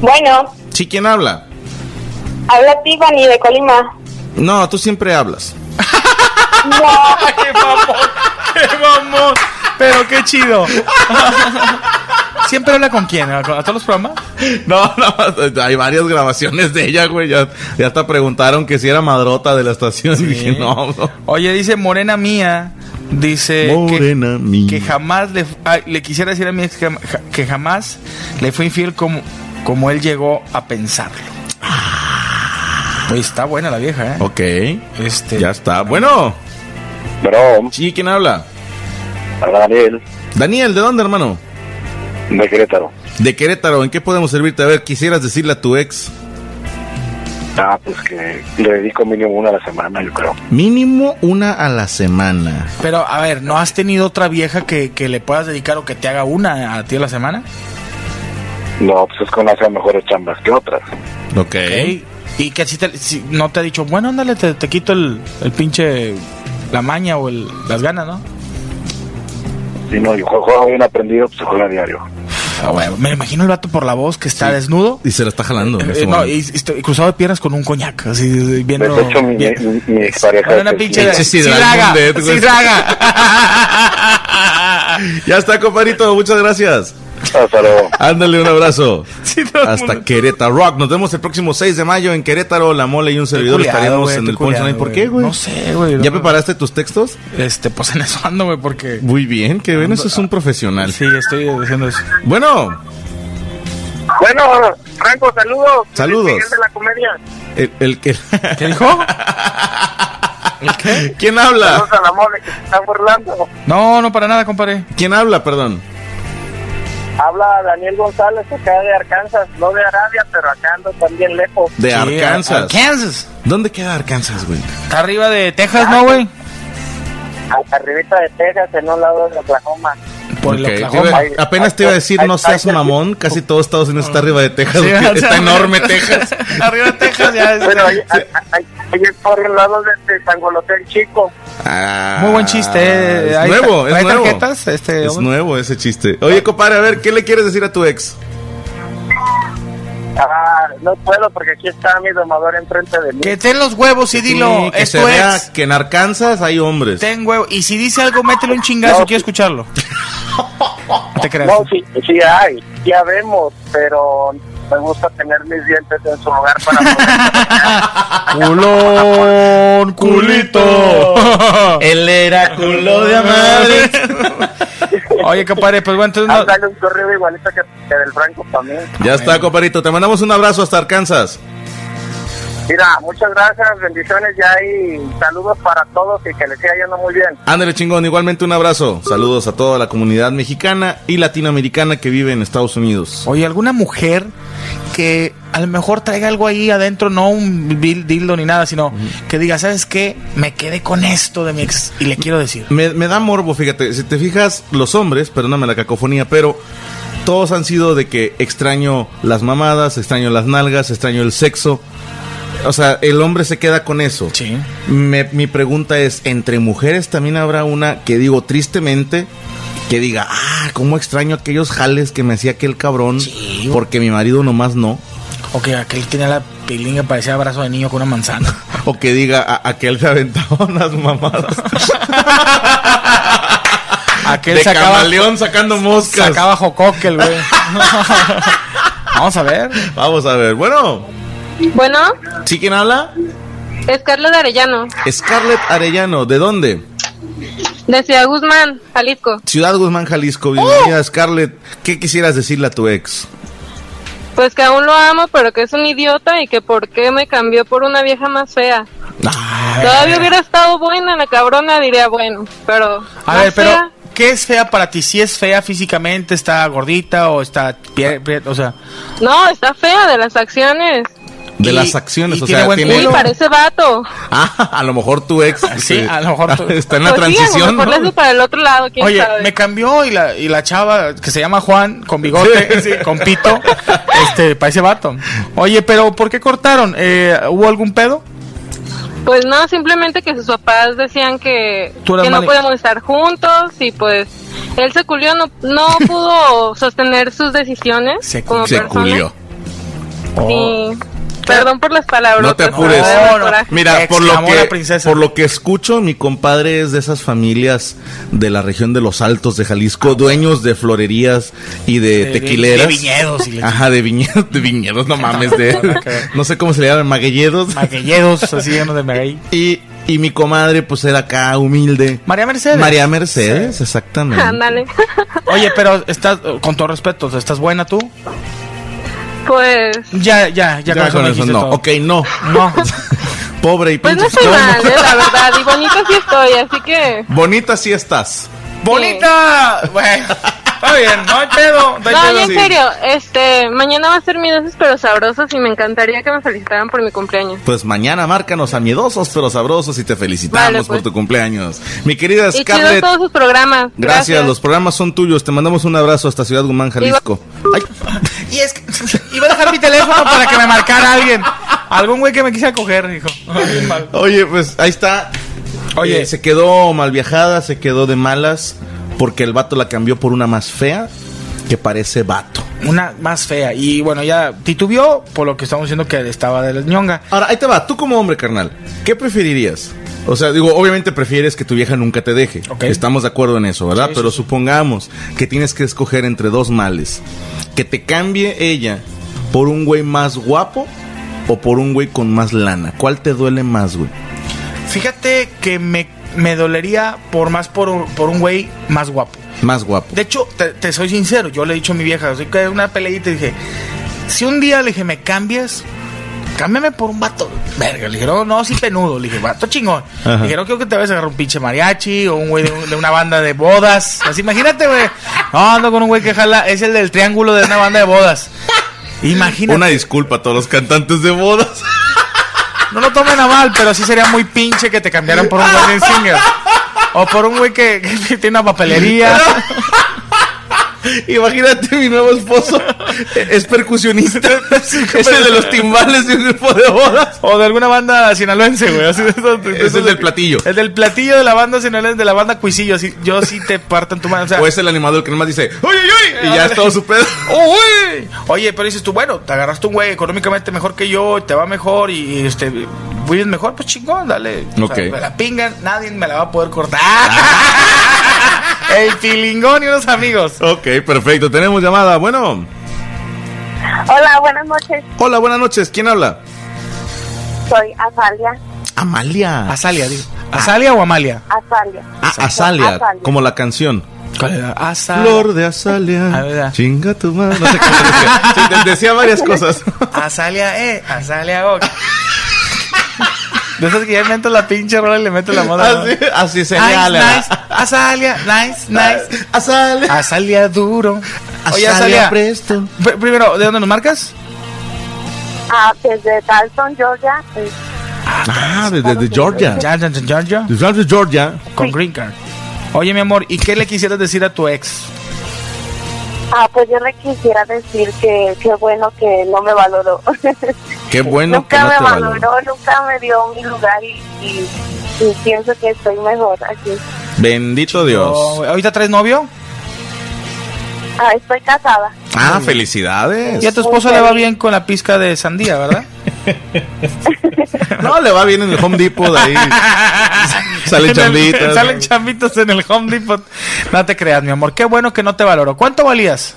Bueno,
sí, ¿quién habla?
habla Tiffany de Colima.
No, tú siempre hablas.
No,
¡Qué mamón! ¡Qué mamón! Pero qué chido. ¿Siempre habla con quién? ¿A, a todos los programas?
No, no, hay varias grabaciones de ella, güey. Ya, ya hasta preguntaron que si era madrota de la estación. Y dije, no, no.
Oye, dice Morena Mía. Dice que-
Morena mía.
que jamás le, ay, le quisiera decir a mi ex que, ja- que jamás le fue infiel como, como él llegó a pensarlo.
Ah.
Pues está buena la vieja, ¿eh?
Ok.
Este-
Ya está. Bueno.
Pero,
Sí, ¿quién habla?
Daniel,
Daniel, ¿de dónde, hermano?
de Querétaro.
De Querétaro. ¿En qué podemos servirte? A ver, quisieras decirle a tu ex.
Ah, pues que le dedico mínimo una a la semana, yo creo.
Mínimo una a la semana.
Pero, a ver, ¿no has tenido otra vieja que, que le puedas dedicar o que te haga una a ti a la semana?
No, pues es que unas hacen mejores chambas que otras.
Ok.
Ey, Y que si, te- si no te ha dicho, bueno, ándale, te, te quito el, el pinche... La maña o el- las ganas, ¿no?
Si no, yo juego bien aprendido, pues se juega a diario.
Ah, bueno, me imagino el vato por la voz que está desnudo.
Y se la está jalando. en
Eh,
este
no, y,
momento.
y estoy cruzado de piernas con un coñac, así
Pues, De
viendo.
hecho, mi, mi,
bien-
mi expareja...
Con una
es-
pinche.
Sí, sí,
Sí,
Dragon
draga,
Dead, güey.
sí, draga.
Ya está, compadrito. Muchas gracias.
Hasta luego.
Ándale un abrazo.
Sí, todo el
Hasta
mundo.
Querétaro Rock. Nos vemos el próximo 6 de mayo en Querétaro. La mole y un servidor
culiado,
estaremos
güey,
en
estoy
el Poncho
culiado,
Night. ¿Por
güey.
qué, güey?
No sé, güey,
¿Ya
no.
preparaste tus textos?
Este, pues en eso ando, güey, porque.
Muy bien, que ven, eso es un profesional.
Sí, estoy diciendo eso.
Bueno,
Bueno, Franco, saludos.
Saludos.
Miguel de la comedia.
el, el que.
¿Qué dijo?
¿Quién habla?
Saludos a la mole que se está burlando.
No, no, para nada, compadre.
¿Quién habla, perdón?
Habla Daniel González acá de Arkansas, no de Arabia, pero acá ando también lejos.
De
Sí,
Arkansas.
Arkansas.
¿Dónde queda Arkansas, güey?
Está arriba de Texas, ¿no, güey?
Hasta Ah, arribita de Texas, en un lado de Oklahoma.
Por el
Ok, te
Oklahoma.
iba- apenas te iba a decir, no seas mamón, casi todo Estados Unidos está arriba de Texas.
Sí,
güey.
o sea,
está enorme Texas.
arriba de Texas, ya este, es.
Bueno, ahí, ahí- ahí- ahí es por este el lado de, de San Golotel Chico.
Ah,
Muy buen chiste, eh.
Es
Hay
nuevo,
ta-
es
hay
nuevo.
tarjetas, este,
es
hombre.
nuevo ese chiste. Oye, compadre, a ver, ¿qué le quieres decir a tu ex?
Ah, no puedo porque aquí está mi domador enfrente de mí.
Que ten los huevos y dilo.
Sí, que
es
se
tu
vea
ex.
que en Arkansas hay hombres.
Ten huevo. Y si dice algo, métele un chingazo. Quiero escucharlo. No te creas.
No, sí, sí hay, ya vemos, pero me gusta tener mis dientes en su lugar para
Culón, culito. Él era culo de amable. Oye, compadre, pues bueno, entonces no-
Dale Ah, un correo igualito que, que del Franco también.
Ya está, compadrito. Te mandamos un abrazo hasta Arkansas.
Mira, muchas gracias, bendiciones ya y saludos para todos y que les siga yendo muy bien.
Ándale, chingón. Igualmente un abrazo. Saludos a toda la comunidad mexicana y latinoamericana que vive en Estados Unidos.
Oye, alguna mujer que a lo mejor traiga algo ahí adentro, no un bil- dildo ni nada, sino que diga, ¿sabes qué? Me quedé con esto de mi ex y le quiero decir.
Me, me da morbo, fíjate. Si te fijas, los hombres, perdóname la cacofonía, pero todos han sido de que extraño las mamadas, extraño las nalgas, extraño el sexo. O sea, el hombre se queda con eso.
Sí.
Me- mi pregunta es, ¿entre mujeres también habrá una que digo tristemente? Que diga, ah, cómo extraño aquellos jales que me hacía aquel cabrón.
Sí.
Porque mi marido nomás no.
O que aquel tenía la pilinga parecía brazo de niño con una manzana.
O que diga, "A- aquel se aventaba unas mamadas.
Aquel
de
sacaba-
camaleón sacando moscas.
Sacaba jocoque el güey. Vamos a ver.
Vamos a ver, bueno.
Bueno,
¿Sí quién habla?
es Carlos de Arellano,
Scarlett Arellano, ¿de dónde?
de Ciudad Guzmán, Jalisco.
Ciudad Guzmán, Jalisco.
Oh.
Bienvenida, Scarlett. ¿Qué quisieras decirle a tu ex?
Pues que aún lo amo, pero que es un idiota y que por qué me cambió por una vieja más fea. Todavía hubiera estado buena la cabrona, diría bueno, pero...
A
más
ver, pero
fea,
¿qué es fea para ti? ¿Si es fea físicamente, está gordita o está pie- pie- o sea,
No, está fea de las acciones.
De
Y-
las acciones,
y
o
tiene
sea,
buen
tiene.
Sí,
Pero-
parece vato.
Ah, a lo mejor tu ex.
Sí,
eh,
a lo mejor tu-
Está en la
Pues sí, a lo
transición.
mejor
¿no?
le hace para el otro lado, quién
Oye,
sabe.
me cambió y la, y la chava que se llama Juan, con bigote,
Sí, sí.
con pito, este, parece vato. Oye, pero ¿por qué cortaron? Eh, ¿Hubo algún pedo?
Pues no, simplemente que sus papás decían que,
Tú eras
que no
mani-
podíamos estar juntos y pues él se culió, no, no pudo sostener sus decisiones
Se
como
Se
persona.
culió.
Sí. Perdón por las palabras.
No te apures.
no.
Mira, por lo,
Exclamó
que,
la princesa.
por lo que escucho, mi compadre es de esas familias de la región de los Altos de Jalisco, dueños de florerías y de,
de-
tequileras.
de viñedos y la
Ajá, de viñedos, de viñedos, no mames, de... No sé cómo se le llaman, maguelledos.
Maquilledos, así llenos de maguey.
Y, y mi comadre, pues era acá humilde.
María Mercedes.
María Mercedes, exactamente.
Ándale.
Oye, pero estás, con todo respeto, o sea, ¿estás buena tú?
pues,
Ya, ya,
Ya
ya,
con
me
eso
dijiste
no.
todo.
Ok, no.
No.
Pobre y
pues no
pinche
estoy
estómago.
mal, eh, la verdad. Y bonita sí estoy, así que.
Bonita sí estás.
¡Bonita! Bueno, está bien, no hay pedo. No hay
No,
pedo.
y en
Sí.
serio, este, mañana va a ser mi dosis pero sabrosos y me encantaría que me felicitaran por mi cumpleaños.
Pues mañana márcanos a miedosos pero sabrosos y te felicitamos
Vale, pues.
por tu cumpleaños. Mi querida
Y chidos
Scarlett,
todos sus programas.
gracias. los programas son tuyos. Te mandamos un abrazo hasta Ciudad Guzmán, Jalisco. Ay,
Y es que iba a dejar mi teléfono para que me marcara alguien. Algún güey que me quisiera coger, dijo. Bien mal.
oye, pues ahí está.
Oye.
Oye, se quedó mal viajada, se quedó de malas porque el vato la cambió por una más fea que parece vato.
Una más fea. Y bueno, ya titubió por lo que estamos diciendo que estaba de la ñonga.
Ahora, ahí te va, tú como hombre, carnal, ¿qué preferirías? O sea, digo, obviamente prefieres que tu vieja nunca te deje.
Ok.
Estamos de acuerdo en eso, ¿verdad?
Sí,
Pero supongamos que tienes que escoger entre dos males. Que te cambie ella por un güey más guapo o por un güey con más lana. ¿Cuál te duele más, güey?
Fíjate que me, me dolería por más por, por un güey más guapo.
Más guapo.
De hecho, te, te soy sincero, yo le he dicho a mi vieja, así que una peleita y dije, si un día le dije, me cambias, cámbiame por un vato. Verga, le dije, no, no, sí penudo, le dije, vato chingón.
Ajá.
Le dije, no creo que te vayas a agarrar un pinche mariachi o un güey de, un- de una banda de bodas. Así, imagínate, güey. No, ando con un güey que jala, es el del triángulo de una banda de bodas. Imagínate.
Una disculpa a todos los cantantes de bodas.
No lo tomen a mal, pero sí sería muy pinche que te cambiaran por un wedding singer. O por un güey que, que tiene una papelería. Imagínate mi nuevo esposo. Es percusionista. Es el de los timbales de un grupo de bodas. O de alguna banda sinaloense, güey. Así de esos- de
Es
esos
el
de-
del platillo.
El del platillo de la banda sinaloense, de la banda Cuisillo. Así, yo sí te partan tu mano. O sea,
O es el animador que nomás dice,
¡Uy, uy, uy!
Y ya es todo su pedo.
¡Uy! Oye, pero dices tú, bueno, te agarraste un güey económicamente mejor que yo, te va mejor y este, vives mejor, pues chingón, dale. O sea,
Ok. Ah.
me la pingan, nadie me la va a poder cortar. El tilingón y unos amigos.
Ok, perfecto. Tenemos llamada. Bueno.
Hola, buenas noches.
Hola, buenas noches. ¿Quién habla?
Soy Azalia.
Amalia.
Azalia, digo. ¿Azalia o Amalia?
Azalia.
Ah, Azalia,
Azalia.
como la canción.
Azalia.
Flor de Azalia. Chinga tu madre. No sé cómo decía. Sí, de- decía varias cosas.
Azalia, eh, Azalia, ok. De esas que ya invento la pinche rola y le meto la moda. ¿no?
Así, así se
nice,
jala.
nice. Azalia, nice, nice.
Azalia.
Ah, Azalia duro. Oye,
Azalia
Azalia.
presto.
pr- Primero, ¿de dónde nos marcas?
Ah, desde Dalton, Georgia. eh,
Ah, desde de Georgia.
Georgia, Georgia.
Desde Georgia, Georgia.
Con Green Card. Oye, mi amor, ¿y qué le quisieras decir a tu ex?
Ah, pues yo le quisiera decir que qué bueno que no me valoró.
Qué bueno que
nunca
no
me
te
valoró,
valoró.
nunca me dio mi lugar y, y- y pienso que estoy mejor aquí.
Bendito
Oh,
Dios.
güey, ¿Ahorita traes novio?
Ah, estoy casada.
Ah, felicidades.
Y a tu esposo le va bien con la pizca de sandía, ¿verdad?
No, le va bien en el Home Depot de ahí. Salen
En el-
chambitas.
Salen chambitos en el Home Depot. No te creas, mi amor. Qué bueno que no te valoro. ¿Cuánto valías?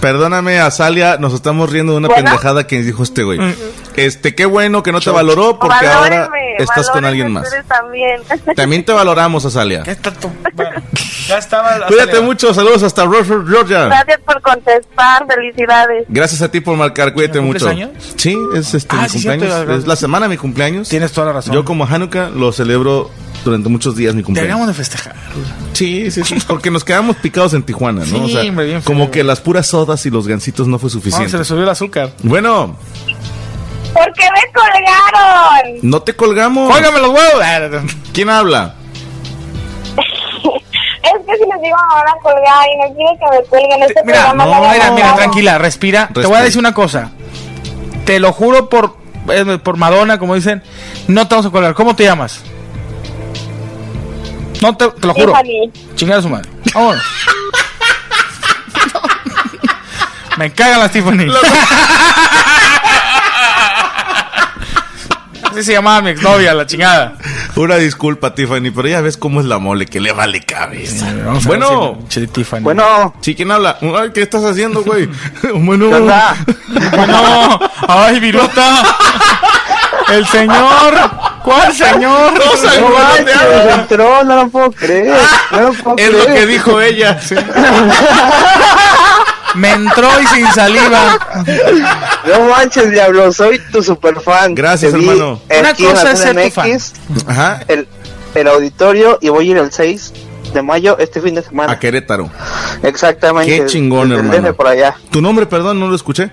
Perdóname, Azalia, nos estamos riendo de una
Bueno.
pendejada que dijo este
Mm.
güey. Este, qué bueno que no te valoró porque ahora
Valórenme,
estás con
valórenme
alguien más.
ustedes también.
También te valoramos, Azalia.
Ya estaba.
Cuídate mucho, saludos hasta Rochford, Georgia.
Gracias por contestar, felicidades.
Gracias a ti por marcar, cuídate
¿Cumples
mucho.
años?
Sí, es este
Ah,
mi
sí,
cumpleaños.
cierto, la-
es la semana de mi cumpleaños.
Tienes toda la razón.
Yo como Hanukkah lo celebro durante muchos días mi cumpleaños.
Deberíamos de festejar.
Sí, sí, sí. Porque nos quedamos picados en Tijuana, ¿no?
Sí, hombre, bien feo.
como que las puras sodas y los gancitos no fue
Vamos, se
suficiente.
le subió el azúcar.
Bueno,
¿Por qué me colgaron?
no te colgamos.
¡Cólgame los huevos! Ah,
¿Quién habla?
Es que si les digo ahora colgar y no quiero que me cuelguen este
Mira,
programa.
no,
está
mira, mira,
grabado.
tranquila, respira. Te voy a
Respira.
decir una cosa. Te lo juro por, eh, por Madonna, como dicen, no te vamos a colgar. ¿Cómo te llamas? No te, te lo juro.
Tiffany.
Chingar a su madre. Vámonos. Me cagan las Tiffany. Así se llamaba mi exnovia, la chingada.
Una disculpa, Tiffany, pero ya ves cómo es la mole que le vale cabeza.
Vamos a
bueno,
ver si- si Tiffany.
Bueno,
sí, ¿quién habla? Ay, ¿Qué estás haciendo, güey? bueno,
¿qué onda?
Bueno, ay, viruta. El señor. ¿Cuál señor?
No manches, entró, no lo puedo creer.
Ah.
No lo puedo
es lo
creer.
que dijo ella.
Me entró y sin saliva.
No manches, diablo, soy tu superfan.
Gracias,
Te vi
hermano.
aquí
Una
en
cosa
la
es ser tu fan.
CDMX,
Ajá,
El, el auditorio y voy a ir el 6 de mayo este fin de semana.
a Querétaro.
Exactamente.
Qué chingón,
desde el
hermano.
DF por allá.
Tu nombre, perdón, no lo escuché.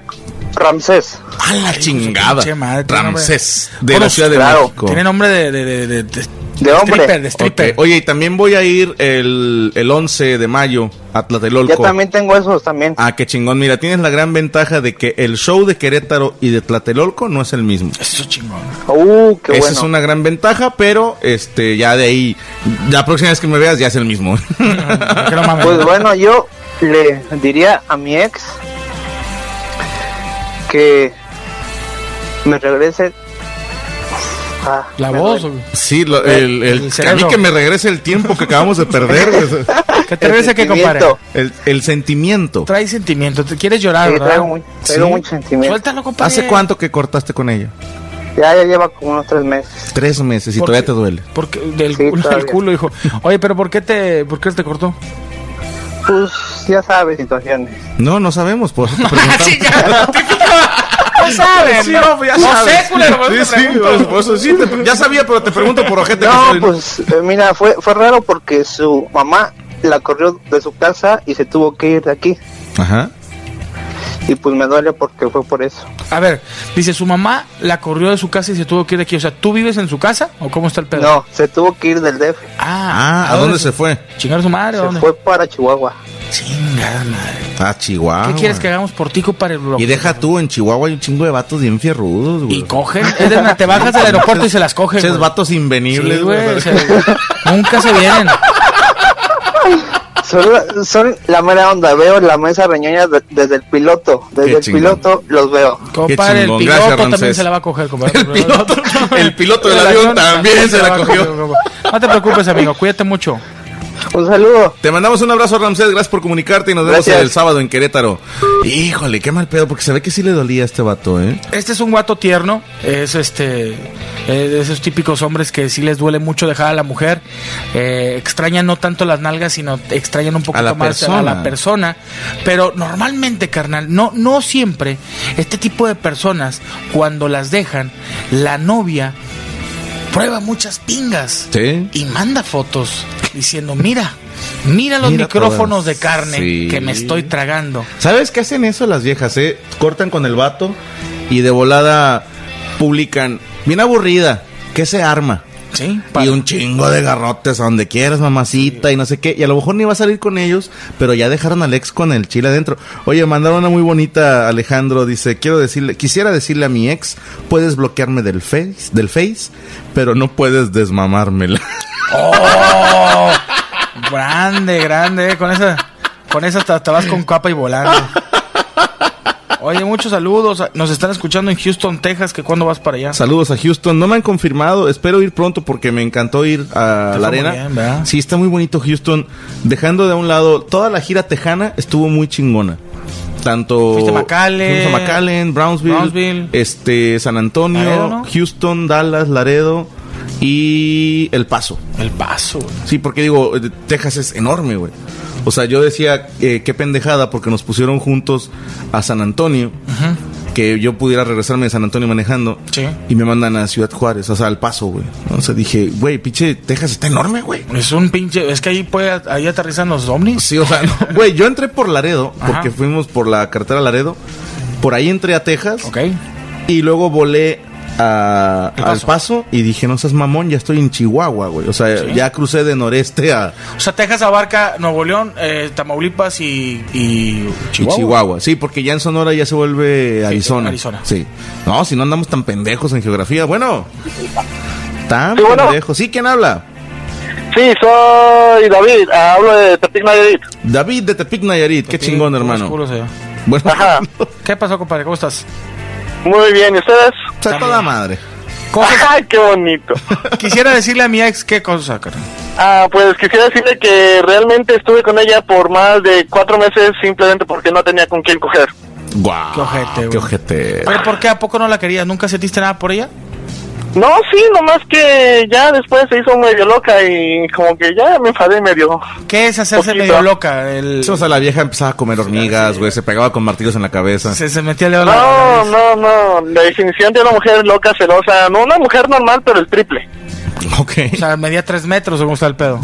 Ramsés.
A la chingada.
pinche madre, tiene
Ramsés,
nombre.
de la
Bueno,
Ciudad de
claro,
México.
Tiene nombre de. de, de, de, de-
De hombre.
stripper, de stripper.
Ok, Oye, y también voy a ir el, el 11 de mayo a Tlatelolco.
Yo también tengo esos también.
Ah, qué chingón. Mira, tienes la gran ventaja de que el show de Querétaro y de Tlatelolco no es el mismo.
Eso chingón.
Uh, qué
Esa
bueno.
es una gran ventaja, pero este ya de ahí, la próxima vez que me veas ya es el mismo.
Que no mames.
Pues bueno, yo le diría a mi ex que me regrese. Ah,
La
me
voz.
duele.
sí, lo- el, el-
Eh, El
a mí
cerebro.
que me regrese el tiempo que acabamos de perder. pues,
¿Qué te
El
parece que compare?
sentimiento.
el, el sentimiento.
Trae sentimiento. Te quieres llorar,
Sí,
¿verdad?
traigo, muy, traigo
Sí.
mucho sentimiento.
Suéltalo, compadre.
¿Hace cuánto que cortaste con ella?
Ya, ya lleva como unos tres meses.
Tres meses y
¿Por
todavía
qué?
te duele.
Porque del
Sí,
culo, del
todavía.
culo, hijo. Oye, pero ¿por qué te, por qué te cortó?
Pues ya sabes, situaciones.
No, no sabemos, por eso te preguntamos.
No sabes.
Sí, no, pues ya sabes.
sé, culero, por
Sí,
eso te
sí,
pregunto.
por- por eso sí, te- ya sabía, pero te pregunto por ojete que
No,
soy.
pues eh, mira, fue, fue raro porque su mamá la corrió de su casa y se tuvo que ir de aquí.
Ajá.
Y pues me duele porque fue por eso.
A ver, dice su mamá la corrió de su casa y se tuvo que ir de aquí. O sea, ¿tú vives en su casa o cómo está el pedo?
No, se tuvo que ir del DF.
Ah,
¿a dónde se fue?
¿Chingar a su madre? ¿a
Se
dónde?
fue para Chihuahua.
Chingada madre.
Ah, Chihuahua.
¿Qué quieres que hagamos por ti, para el blog?
Y deja tú, en Chihuahua hay un chingo de vatos bien fierrudos, güey.
Y cogen. Es de na- te bajas del aeropuerto y se las cogen.
Esos
güey.
vatos invenibles,
Sí,
güey.
güey, o sea, nunca se vienen.
Son, son la mera onda, veo la mesa reñoña de- desde el piloto. Desde
Qué
el
chingón.
piloto los veo.
Compadre, el
chingón.
piloto
Gracias,
también
Ramsés.
se la va a coger, compadre. El piloto,
El piloto del avión también se la cogió.
No te preocupes, amigo. Cuídate mucho.
Un saludo.
Te mandamos un abrazo, Ramsés. Gracias por comunicarte y nos vemos
Gracias.
el sábado en Querétaro. Híjole, qué mal pedo, porque se ve que sí le dolía a este vato, ¿eh?
Este es un guato tierno, es este eh, de esos típicos hombres que sí les duele mucho dejar a la mujer, eh, extrañan no tanto las nalgas, sino extrañan un poquito
la
más a
persona.
la persona, pero normalmente, carnal, no, no siempre este tipo de personas, cuando las dejan, la novia prueba muchas pingas
Sí.
y manda fotos diciendo, mira, mira los
Mira
micrófonos
todas.
de carne
Sí.
que me estoy tragando.
¿Sabes qué hacen eso las viejas, eh? Cortan con el vato y de volada publican. Bien aburrida, que se arma.
¿Sí?
Y un chingo de garrotes a donde quieras, mamacita, y no sé qué. Y a lo mejor ni va a salir con ellos, pero ya dejaron al ex con el chile adentro. Oye, mandaron una muy bonita, Alejandro, dice, quiero decirle, quisiera decirle a mi ex, puedes bloquearme del face, del face, pero no puedes desmamármela.
¡Oh! grande, grande. eh, Con esa, con esa hasta, hasta vas con capa y volando. Oye, muchos saludos. Nos están escuchando en Houston, Texas. que cuándo vas para allá?
Saludos a Houston, no me han confirmado, espero ir pronto porque me encantó ir a la
Te fue muy
arena.
bien, ¿verdad?
sí, está muy bonito Houston, dejando de un lado toda la gira tejana, estuvo muy chingona. Tanto
Fuiste a McAllen.
fuimos a McAllen, Brownsville,
Brownsville.
este San Antonio,
Laredo, ¿no?
Houston, Dallas, Laredo y El Paso.
El paso. güey.
Sí, porque digo, eh, Texas es enorme, güey. O sea, yo decía, eh, qué pendejada, porque nos pusieron juntos a San Antonio, que yo pudiera regresarme de San Antonio manejando,
Sí.
y me mandan a Ciudad Juárez, o sea, al paso, güey. O sea, dije, güey, pinche Texas está enorme, güey.
Es un pinche. Es que ahí, puede, ahí aterrizan los ovnis.
Sí, o sea, no, güey, yo entré por Laredo,
Ajá.
porque fuimos por la carretera Laredo, por ahí entré a Texas,
Ok.
y luego volé a,
El
al
Paso.
paso y dije, no seas mamón, ya estoy en Chihuahua, güey. O sea, ya crucé de noreste a,
O sea, Texas abarca Nuevo León, eh, Tamaulipas y, y
Chihuahua. Chihuahua, sí, porque ya en Sonora ya se vuelve Arizona.
Arizona.
Sí. No, si no andamos tan pendejos en geografía. Bueno, tan
Sí, bueno.
pendejos. Sí, ¿quién habla?
Sí, soy David, ah, hablo de Tepic Nayarit.
David de Tepic Nayarit. Qué chingón,
Puros
hermano.
culos allá.
Bueno,
Ajá.
¿Qué pasó, compadre? ¿Cómo estás?
Muy bien, ¿y ustedes?
está toda madre.
Cosas-
¡Ay, qué bonito!
Quisiera decirle a mi ex qué cosa, carnal.
Ah, pues quisiera decirle que realmente estuve con ella por más de cuatro meses simplemente porque no tenía con quién coger.
Guau.
Qué ojete, güey.
Qué ojete.
Oye, ¿por qué a poco no la querías? ¿Nunca sentiste nada por ella?
No, sí, nomás que ya después se hizo medio loca y como que ya me enfadé medio.
¿Qué es hacerse
Poquito.
medio loca? El,
O sea, la vieja empezaba a comer hormigas, güey. Se pegaba con martillos en la cabeza.
se, se metía el dedo en la
No,
nariz.
no, no, la definición de una mujer loca, celosa, no una mujer normal, pero el triple.
Ok.
O sea, medía tres metros según está el pedo.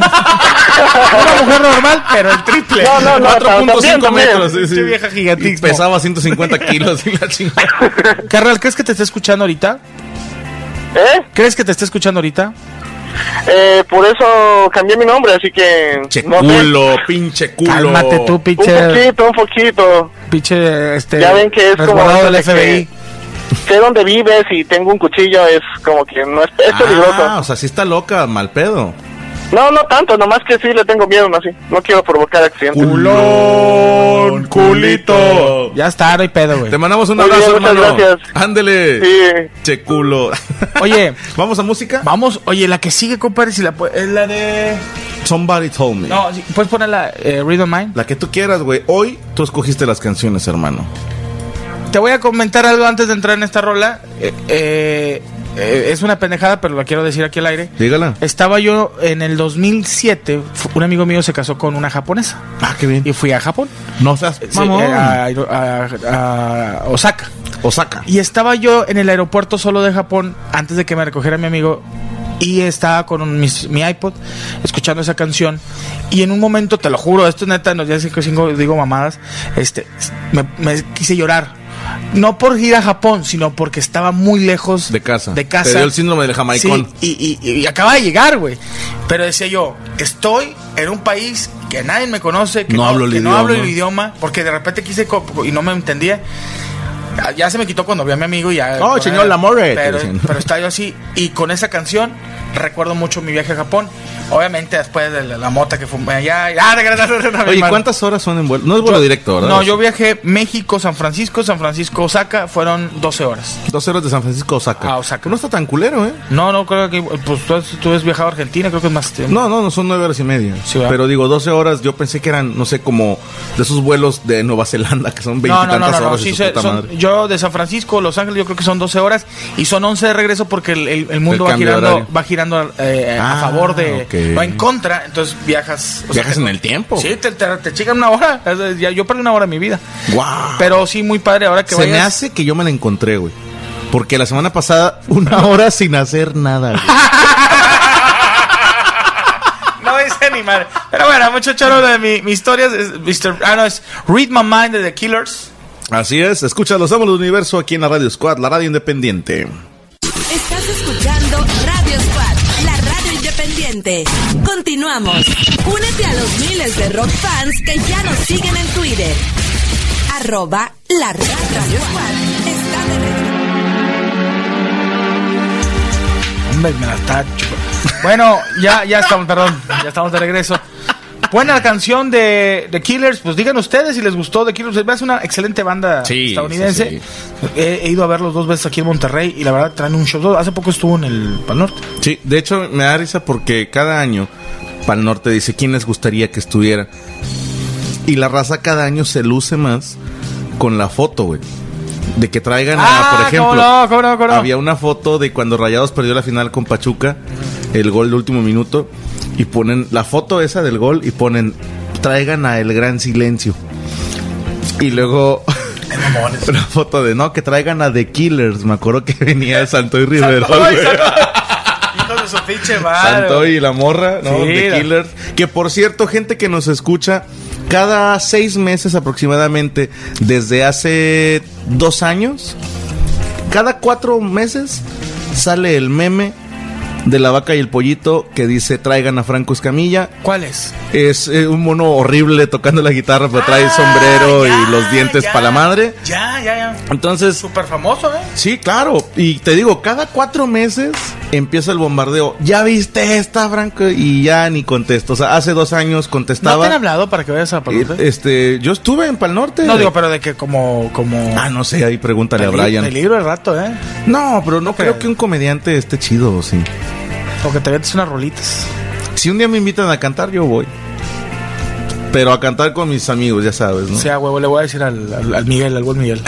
Una mujer normal, pero el triple.
No, no, no, también,
4.5
también.
metros. Sí, sí.
Qué vieja gigantismo.
Y Pesaba 150 kilos y la chingada.
Carnal, ¿crees que te está escuchando ahorita?
¿Eh?
¿Crees que te está escuchando ahorita?
Eh, por eso cambié mi nombre, así que...
Pinche
no sé.
culo, pinche culo.
Cálmate tú,
Un
pinche.
poquito, un poquito.
Pinche, este.
Ya ven que es como
resguardado
eso
del
de
FBI.
Sé dónde vives y tengo un cuchillo, es como que no es, es peligroso.
Ah, o sea, sí está loca, mal pedo.
No, no tanto, nomás que sí le tengo miedo, no así. No quiero provocar accidentes.
Culón, culito.
Ya está, no hay pedo, güey.
Te mandamos un
Muy bien,
abrazo,
muchas
hermano.
gracias.
Ándele.
Sí.
Che culo.
Oye,
¿Vamos a música?
vamos. Oye, la que sigue, compadre, si la pu- es la de.
Somebody told me.
No, sí, puedes poner la eh, Read on Mind.
La que tú quieras, güey. Hoy tú escogiste las canciones, hermano.
Te voy a comentar algo antes de entrar en esta rola. Eh, eh, eh, es una pendejada, pero la quiero decir aquí al aire.
Dígala.
Estaba yo en el 2007, fu- un amigo mío se casó con una japonesa
Ah, qué bien.
y fui a Japón,
No seas
Sí,
mamón.
eh, a, a- a Osaka.
Osaka.
Y estaba yo en el aeropuerto solo de Japón antes de que me recogiera mi amigo y estaba con un- mis- mi iPod escuchando esa canción y en un momento, te lo juro, esto es neta, no, ya sé que cinco digo mamadas, este, me, me quise llorar. No por ir a Japón, sino porque estaba muy lejos
De casa.
de casa.
Te dio el síndrome del jamaicón.
Sí, y, y- y acaba de llegar, güey. Pero decía yo, estoy en un país que nadie me conoce, que
No hablo el
que no
idioma.
hablo el idioma, porque de repente quise co- y no me entendía. Ah, Ya se me quitó cuando vi a mi amigo y ya.
Oh,
con-
señor Lamore, te
Pero,
dicen.
pero estaba yo así. Y con esa canción recuerdo mucho mi viaje a Japón. Obviamente después de la, la mota que fumé allá. y- ah, de- de- de- de- de-
Oye,
mi mano.
¿cuántas horas son en vuelo? No es vuelo directo, ¿verdad?
No, yo viajé México, San Francisco, San Francisco, Osaka. Fueron 12 horas.
Dos horas de San Francisco a Osaka.
A Osaka. No está tan culero, ¿eh? No, no, creo que. Pues tú has, tú has viajado a Argentina, creo que es más tiempo.
No, no, no son nueve horas y media. pero digo, 12 horas, yo pensé que eran, no sé, como de esos vuelos de Nueva Zelanda, que son
No,
veintitantas
no, no, no, no,
horas.
sí
y su
se-
puta
son-
madre.
yo de San Francisco, Los Ángeles, yo creo que son 12 horas y son 11 de regreso porque el, el- el mundo
El
va
cambio de
girando,
horario.
va girando eh,
Ah,
a favor de,
ok.
va en contra, entonces viajas. o sea,
Viajas en el tiempo.
Sí, te, te, te chingan una hora, es- ya- yo perdí una hora de mi vida.
Guau.
Pero sí, muy padre, ahora Ah, que
Ah. Se
vayas.
me hace que yo me la encontré, güey. Porque la semana pasada, una hora sin hacer nada, güey.
No dice ni madre. Pero bueno, muchacho, lo de mi, mi historia es, Mr. Ah, no, es Read My Mind de The Killers.
Así es, escucha Los Amos del Universo aquí en la Radio Squad, la radio independiente.
Estás escuchando Radio Squad, la radio independiente. Continuamos. Únete a los miles de rock fans que ya nos siguen en Twitter. Arroba la radio Squad está de regreso.
Hombre, me la está chup- Bueno, ya, ya estamos, perdón, ya estamos de regreso. Buena canción de, de Killers, pues digan ustedes si les gustó de Killers. Es una excelente banda
Sí,
estadounidense. He, he ido a verlos dos veces aquí en Monterrey y la verdad traen un show. Hace poco estuvo en el Pal Norte.
Sí, de hecho me da risa porque cada año Pal Norte dice quién les gustaría que estuviera. Y la raza cada año se luce más con la foto, güey. De que traigan, a-
Ah,
por ejemplo,
cómo no, cómo no, cómo no.
había una foto de cuando Rayados perdió la final con Pachuca, el gol de último minuto, y ponen la foto esa del gol y ponen, traigan a El Gran Silencio. Y luego una foto de, no, que traigan a The Killers, me acuerdo que venía el Santoy Rivero.
Santoy,
güey.
Hijo de su pinche
Santo y la morra, ¿no?
Sí,
The
la-
Killer. Que por cierto, gente que nos escucha, cada seis meses aproximadamente, desde hace dos años, cada cuatro meses sale el meme de la vaca y el pollito que dice traigan a Franco Escamilla.
¿Cuál es?
Es eh, un mono horrible tocando la guitarra, pero trae
Ah,
sombrero y los dientes para la madre.
Ya, ya, ya.
Entonces,
Súper famoso, ¿eh?
Sí, claro. Y te digo, cada cuatro meses empieza el bombardeo. ¿Ya viste esta, Franco? Y ya ni contesto. O sea, hace dos años
¿No te han
contestaba.
hablado para que vayas a Pal
eh,
Norte?
este, yo estuve en Pal Norte.
No digo, pero de que como. como
Ah, no sé, ahí pregúntale a
peli-
Brian.
Peligro el rato, ¿eh?
No, pero no creo que un comediante esté chido, sí.
Porque te metes unas rolitas.
Si un día me invitan a cantar, yo voy. Pero a cantar con mis amigos, ya sabes, ¿no?
O sea, huevo, le voy a decir al, al- al Miguel, al buen Miguel.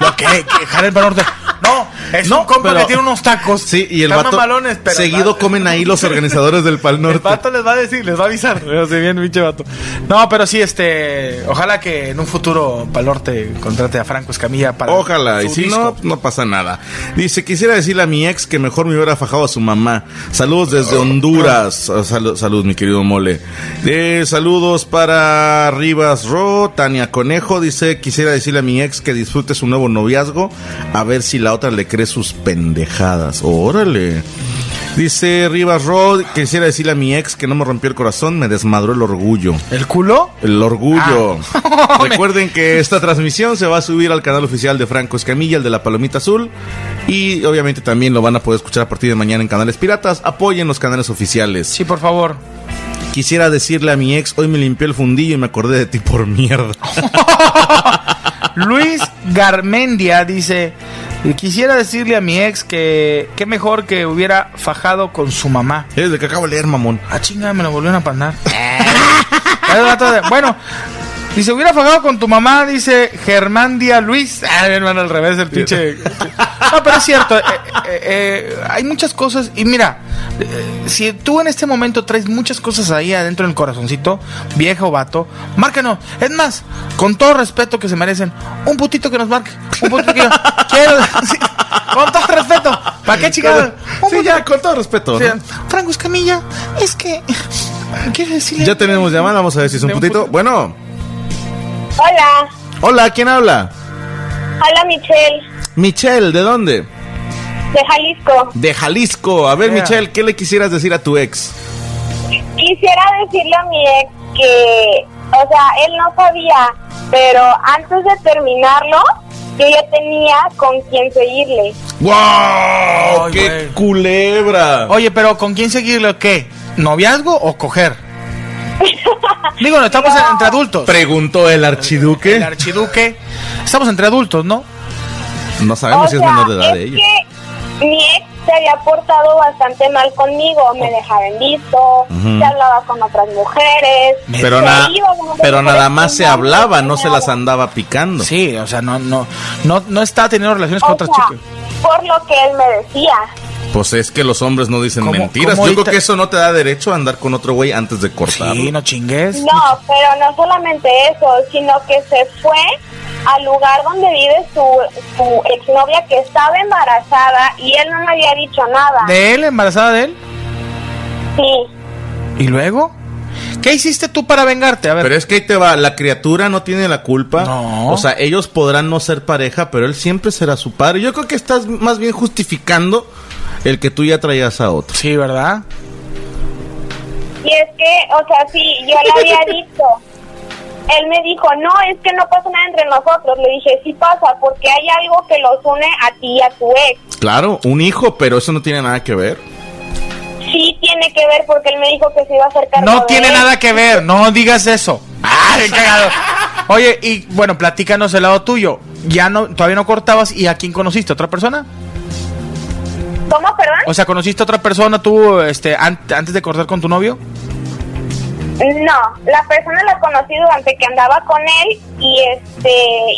Lo que, que Jared Van Orte. No, es
No,
un compa
pero-
que tiene unos tacos.
Sí, y el
Están
vato
mamalones, pero
seguido comen ahí los organizadores del Pal
El
Norte.
vato les va a decir, les va a avisar. No sé, bien, pinche vato. No, pero sí, este. Ojalá que en un futuro Palorte contrate a Franco Escamilla para.
Ojalá, y
su
si
disco.
no, no pasa nada. Dice, quisiera decirle a mi ex que mejor me hubiera fajado a su mamá. Saludos desde
Oh,
Honduras. Ah, salu- salud, mi querido Mole. Eh, saludos para Rivas Ro, Tania Conejo. Dice, quisiera decirle a mi ex que disfrute su nuevo noviazgo. A ver si la otra le cree sus pendejadas. Órale. Dice Rivas Ro, quisiera decirle a mi ex que no me rompió el corazón, me desmadró el orgullo.
¿El culo? Ah.
El orgullo. Recuerden que esta transmisión se va a subir al canal oficial de Franco Escamilla, el de la Palomita Azul. Y obviamente también lo van a poder escuchar a partir de mañana en canales piratas. Apoyen los canales oficiales.
Sí, por favor.
Quisiera decirle a mi ex, hoy me limpié el fundillo y me acordé de ti por mierda.
Luis Garmendia dice: Quisiera decirle a mi ex que. Qué mejor que hubiera fajado con su mamá.
Es de que acabo de leer, mamón.
Ah, chinga, me lo volvieron a panar. Ya el vato de- bueno, dice, hubiera fagado con tu mamá, dice Germán Díaz Luis. Ah, mi hermano, al revés, el pinche. No, pero es cierto, eh, eh, eh, hay muchas cosas. Y mira, eh, si tú en este momento traes muchas cosas ahí adentro del corazoncito, viejo o vato, márcanos. Es más, con todo respeto que se merecen, un putito que nos marque. Un putito que yo- quiero. sí, con todo respeto. ¿Para qué, chicas?
Sí, ya, con todo respeto. ¿no?
Franco Escamilla, es que. Quiero decirle.
Ya tenemos llamada, vamos a ver si es un putito. Bueno,
Hola,
hola, ¿quién habla?
hola Michelle,
Michelle, ¿de dónde?
de Jalisco.
De Jalisco. A ver, Michelle, ¿qué le quisieras decir a tu ex?
Quisiera decirle a mi ex que, o sea, él no sabía, pero antes de terminarlo, yo ya tenía con quién seguirle.
¡Wow!
¡Qué
culebra!
Oye, pero ¿con quién seguirlo qué? ¿Noviazgo o coger? Digo, no, estamos en- entre adultos.
Preguntó el archiduque.
El archiduque. Estamos entre adultos, ¿no?
Ah, No sabemos
O
si es
sea,
menor de edad
es
de ella.
que mi ex se había portado bastante mal conmigo, me dejaba en visto,
Ujú.
se hablaba con otras mujeres.
Pero,
se
na-
iba con otras
pero nada
mujeres.
más se hablaba, no se las andaba picando.
Sí, o sea, no, no, no, no está teniendo relaciones con
O
otras
sea,
chicas.
Por lo que él me decía.
Pues es que los hombres no dicen mentiras.
cómo
Yo creo
ahorita-
que eso no te da derecho a andar con otro güey antes de cortar. Sí,
no chingues.
No, pero no solamente eso, sino que se fue al lugar donde vive su, su exnovia que estaba embarazada y él no me había dicho nada.
¿De él? ¿Embarazada de él?
Sí.
¿Y luego? ¿Qué hiciste tú para vengarte? A ver.
Pero es que ahí te va, la criatura no tiene la culpa. O sea, ellos podrán no ser pareja, pero él siempre será su padre. Yo creo que estás más bien justificando el que tú ya traías a otro.
Sí, ¿verdad?
Y es que, o sea, sí, yo le había dicho. Él me dijo, no, es que no pasa nada entre nosotros. Le dije, sí pasa, porque hay algo que los une a ti y a tu ex.
Claro, un hijo, pero eso no tiene nada que ver.
Sí tiene que ver porque él me dijo que se iba a hacer cargo
No
de
tiene
él.
nada que ver, no digas eso. ¡Ay, cagado! Oye, y bueno, platícanos el lado tuyo. Ya no, todavía no cortabas y a quién conociste, ¿A otra persona.
¿Cómo, perdón?
O sea, conociste a otra persona tú, este, an- antes de cortar con tu novio.
No, la persona la conocí durante que andaba con él y este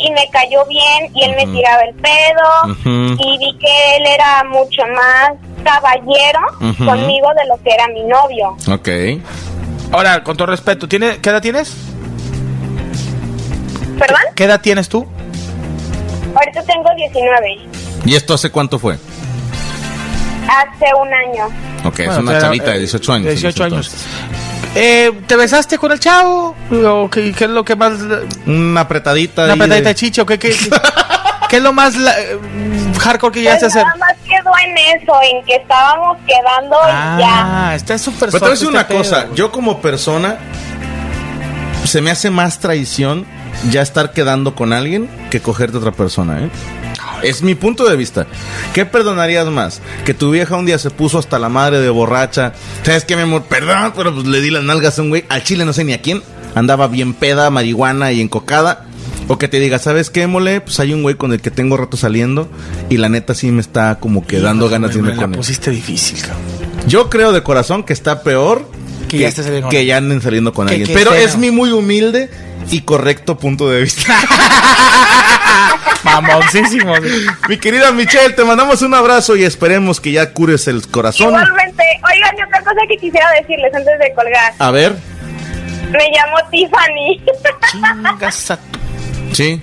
y me cayó bien y él me tiraba el pedo
Ujú.
y vi que él era mucho más caballero
Ujú.
conmigo de lo que era mi novio.
Ok.
Ahora, con todo respeto, ¿tiene, ¿qué edad tienes?
¿Perdón?
¿Qué edad tienes tú?
Ahorita tengo 19,
¿Y esto hace cuánto fue?
hace un año.
Ok, es
Bueno,
una
o sea,
chavita de
eh,
18 años. en ese
18 años.
entonces.
Eh, ¿Te besaste con el chavo? ¿O qué, qué es lo que más...
Una apretadita.
Una
ahí
patadita de
de-
chicho, ¿qué, qué, qué, qué es lo más la- eh, hardcore que llegaste a
Pues
hacer?
nada más quedó en eso, en que estábamos quedando y ya.
Ah, está súper
Pero te voy a decir
soft
una
este
cosa,
pedo.
yo como persona se me hace más traición ya estar quedando con alguien que cogerte a otra persona, ¿eh? Es mi punto de vista. ¿Qué perdonarías más? Que tu vieja un día se puso hasta la madre de borracha. ¿Sabes qué, mi amor? Perdón, pero pues le di las nalgas a un güey. Al chile no sé ni a quién. Andaba bien peda, marihuana y encocada. O que te diga, ¿sabes qué, mole? Pues hay un güey con el que tengo rato saliendo. Y la neta sí me está como que dando
Híjole,
ganas de
me
irme
la
con él.
pusiste difícil, cabrón.
Yo creo de corazón que está peor
Que ya estés saliendo con
que
alguien.
ya anden saliendo con
Que-
alguien.
que
Pero
esté,
es
¿no?
mi muy humilde y correcto punto de vista.
Mamoncísimo.
mi querida Michelle, te mandamos un abrazo y esperemos que ya cures el corazón.
Igualmente, oigan, y otra cosa que quisiera decirles antes de colgar.
A ver,
Me llamo Tiffany.
Chingas a tu,
sí.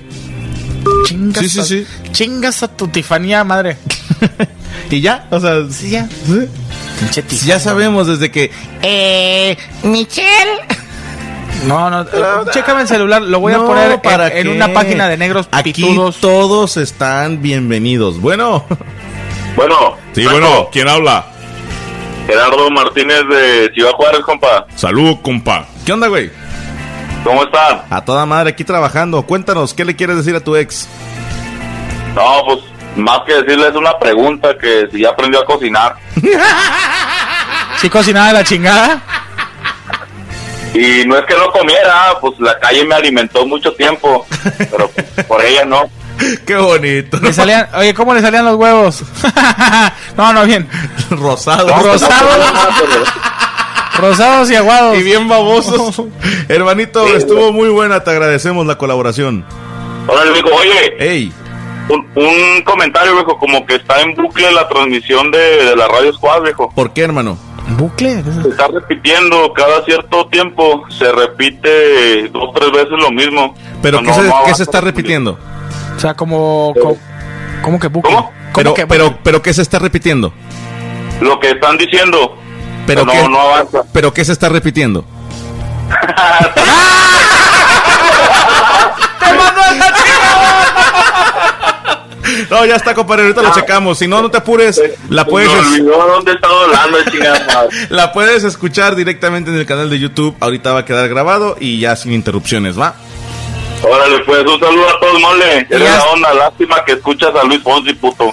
chingas
Sí, sí,
a-
sí.
Chingas a tu tifanía, madre.
¿Y ya? O sea, sí,
ya.
Ya sabemos desde que. Eh, Michelle.
No, no, eh, chécame el celular, lo voy a poner en- en, una página de negros
Aquí todos están bienvenidos. Bueno.
Bueno.
Sí, bueno, ¿quién habla?
Gerardo Martínez de Ciudad Juárez, compa.
Salud, compa. ¿Qué onda, güey?
¿Cómo están?
A toda madre aquí trabajando. Cuéntanos, ¿qué le quieres decir a tu ex?
No, pues más que decirles una pregunta que si ya aprendió a cocinar
Si cocinaba de la chingada.
y no es que no comiera, pues la calle me alimentó mucho tiempo, pero pues, por ella no.
Qué bonito.
Le salían, oye, ¿cómo le salían los huevos? no, no, bien.
Rosado.
Rosados, rosados y aguados.
Y bien babosos. Hermanito,
Sí.
estuvo muy buena. Te agradecemos la colaboración.
Órale, mijo, oye,
Ey,
un, un comentario, viejo, como que está en bucle la transmisión de, de la radio Squad, viejo.
¿por qué, hermano?
¿Bucle?
Se está repitiendo cada cierto tiempo, se repite dos, tres veces lo mismo.
¿Pero
No,
qué, se,
no
qué
avanza.
se está repitiendo?
O sea, como. co- ¿Cómo que bucle? ¿Cómo
Pero,
que-
pero, pero, ¿qué se está repitiendo?
Lo que están diciendo.
Pero,
no,
qué,
no avanza.
pero ¿qué se está repitiendo? No, ya está, compadre. Ahorita lo checamos. Si no, no te apures. La puedes,
Ah. Me olvidó dónde estaba hablando, chingada madre.
la puedes escuchar directamente en el canal de YouTube. Ahorita va a quedar grabado y ya sin interrupciones, ¿va?
Órale, pues un saludo a todos, mole. Eres la onda, lástima que escuchas a Luis Fonsi, puto.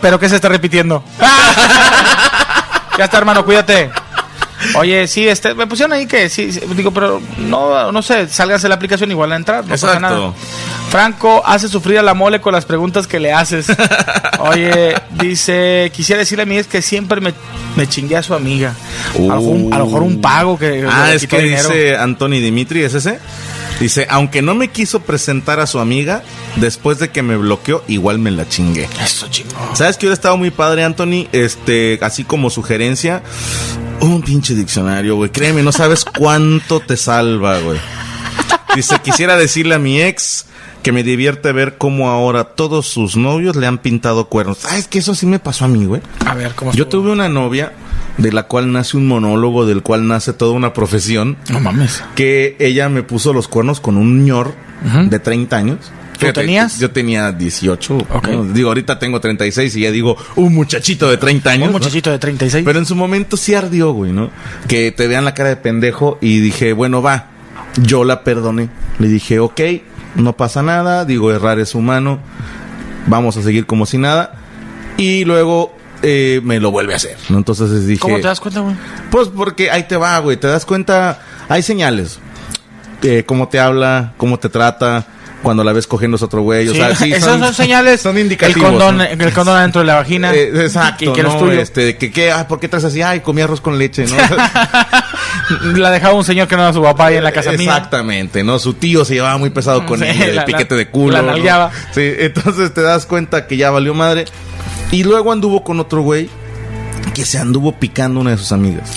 ¿Pero qué se está repitiendo? ya está, hermano, cuídate. Oye, sí, este, me pusieron ahí que sí, sí, digo, pero no, no sé, sálganse de la aplicación igual a entrar, no pasa
Exacto.
nada. Franco hace sufrir a la mole con las preguntas que le haces. Oye, dice, quisiera decirle a mi ex que siempre me, me chingué a su amiga. A, lo mejor, un- a lo mejor un pago que
Ah,
le
es
quitó
que
dinero.
dice Anthony Dimitri, ¿es ese? Dice, aunque no me quiso presentar a su amiga, después de que me bloqueó, igual me la chingué.
Eso chingón.
¿Sabes que hubiera estado muy padre, Anthony? Este, así como sugerencia, un pinche diccionario, güey. Créeme, no sabes cuánto te salva, güey. Dice, quisiera decirle a mi ex que me divierte ver cómo ahora todos sus novios le han pintado cuernos. ¿Sabes que eso sí me pasó a mí, güey?
A ver, ¿cómo
Yo tuve una novia de la cual nace un monólogo, del cual nace toda una profesión.
No mames.
Que ella me puso los cuernos con un ñor de 30 años.
¿Tú tenías?
Yo tenía 18. ¿no? Digo, ahorita tengo 36 y ya digo, un muchachito de 30 años. Un
muchachito de 36.
Pero en su momento sí ardió, güey, ¿no? Que te vean la cara de pendejo y dije, bueno, va. Yo la perdoné. Le dije, ok, no pasa nada. Digo, errar es humano. Vamos a seguir como si nada. Y luego eh, me lo vuelve a hacer. ¿no? Entonces dije...
¿Cómo te das cuenta, güey?
Pues porque ahí te va, güey. Te das cuenta, hay señales. Eh, cómo te habla, cómo te trata, cuando la ves cogiendo a otro güey. O
Sí,
sea, sí,
esas son, señales.
Son indicativos.
El condón,
¿no?
el condón adentro de la vagina.
Eh, exacto,
Y que
¿no?
eres tuyo.
Este, que, que, ah, ¿por qué traes así? Ay, comí arroz con leche, ¿no?
La dejaba un señor que no era su papá ahí en la casa mía.
Exactamente, ¿no? Su tío se llevaba muy pesado con
Sí,
ella, el
la-
piquete
la-
de culo.
la
¿no?
nalgueaba.
Sí, entonces te das cuenta que ya valió madre. Y luego anduvo con otro güey que se anduvo picando una de sus amigas.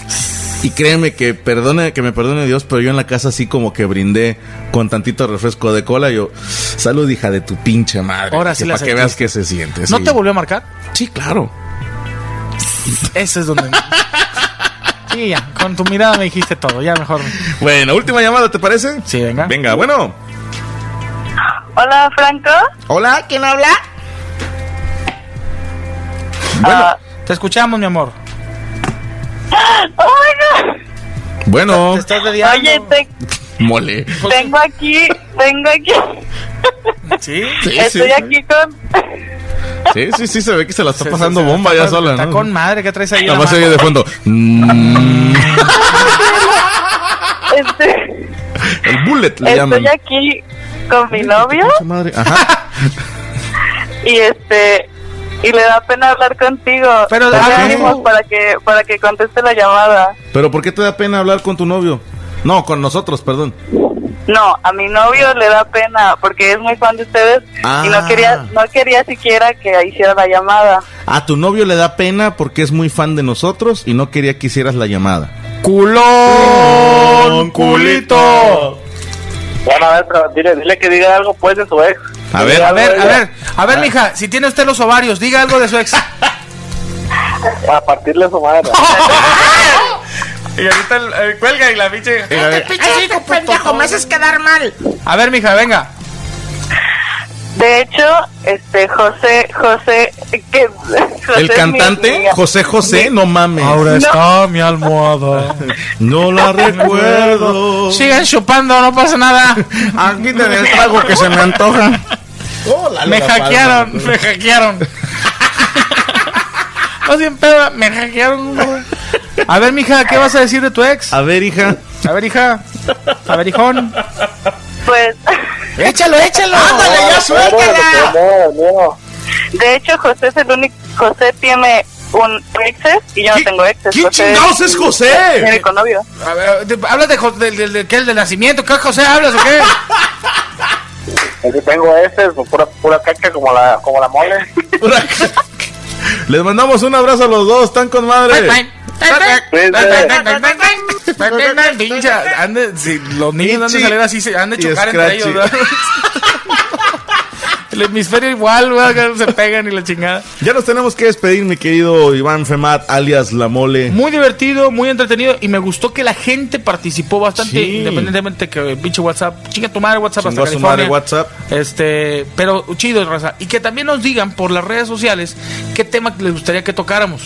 Y créeme que perdone, que me perdone Dios, pero yo en la casa así como que brindé con tantito refresco de cola. Yo, salud, hija de tu pinche madre.
Ahora sí la
Para que
sentiste.
veas que se siente.
¿No
Este, sí.
te volvió a marcar?
Sí, claro.
Ese es donde. sí, ya. Con tu mirada me dijiste todo. Ya mejor.
Bueno, última llamada, ¿te parece?
Sí, venga.
Venga, bueno.
Hola, Franco.
Hola,
¿quién habla?
Bueno,
Ah.
te escuchamos, mi amor.
Bueno.
Te estás dediando.
Oye, te-
Mole.
tengo aquí, tengo aquí,
Sí,
estoy aquí con,
Sí, sí, sí, se ve que se la está
Se-
pasando
se- se-
bomba ya
está-
sola,
Está
¿no?
con madre, ¿qué traes ahí? en
Nada
la
más se oye
mano?
de fondo. Mm,
este,
el bullet le llaman.
estoy aquí con mi novio
Su madre. Ajá.
y este y le da pena hablar contigo.
Pero
Dale
¿por qué?
ánimos para que para que conteste la llamada.
Pero ¿por qué te da pena hablar con tu novio? No, con nosotros, perdón.
No, a mi novio le da pena porque es muy fan de ustedes y
Ah.
no quería no quería siquiera que hiciera la llamada.
A tu novio le da pena porque es muy fan de nosotros y no quería que hicieras la llamada.
¡Culón! ¡Culito!
Bueno, a ver, pero dile, dile que diga algo pues de su ex.
A
Que
ver, Ah.
diga
A
algo
ver,
de
a
ella.
ver, a ver, mija, si tiene usted los ovarios, diga algo de su ex.
A partirle a su madre.
y ahorita cuelga y la biche.
Chico, pendejo, me haces quedar mal.
A ver, mija, venga.
De hecho, este José José que José
El
es mi
cantante
amiga.
José José, no mames.
Ahora
No.
está mi almohada.
No la recuerdo.
Sigan chupando, no pasa nada.
Aquí te el trago que se me antoja.
Me hackearon, me hackearon. No sin pedo, me hackearon. güey. A ver, mija, ¿qué vas a decir de tu ex?
A ver, hija.
A ver, hija. A ver, hijón.
Pues
Échalo, échalo.
Ándale, ya suéltala.
de hecho José es el único José tiene un exes y yo no tengo exes.
¿Quién
José
chingados es José?
Mi único novio.
A ver, de- ¿Hablas de, Jo- del del- del- qué, el del nacimiento? ¿Qué José hablas o qué?
El que tengo ese es pura, pura caca como la, como la mole.
Les mandamos un abrazo a los dos, están con madre.
Pinche, ande- si los niños andan a salir así, se- han de
Y
chocar entre
Scratchy.
ellos. ¿verdad? El hemisferio igual, güey, acá se pegan y la chingada.
Ya nos tenemos que despedir, mi querido Iván Femat, alias La Mole.
Muy divertido, muy entretenido y me gustó que la gente participó bastante,
Sí.
independientemente que pinche WhatsApp, chinga tu madre WhatsApp
Chingó
hasta
a su madre
California.
WhatsApp.
Este, pero chido, raza. Y que también nos digan por las redes sociales qué tema les gustaría que tocáramos.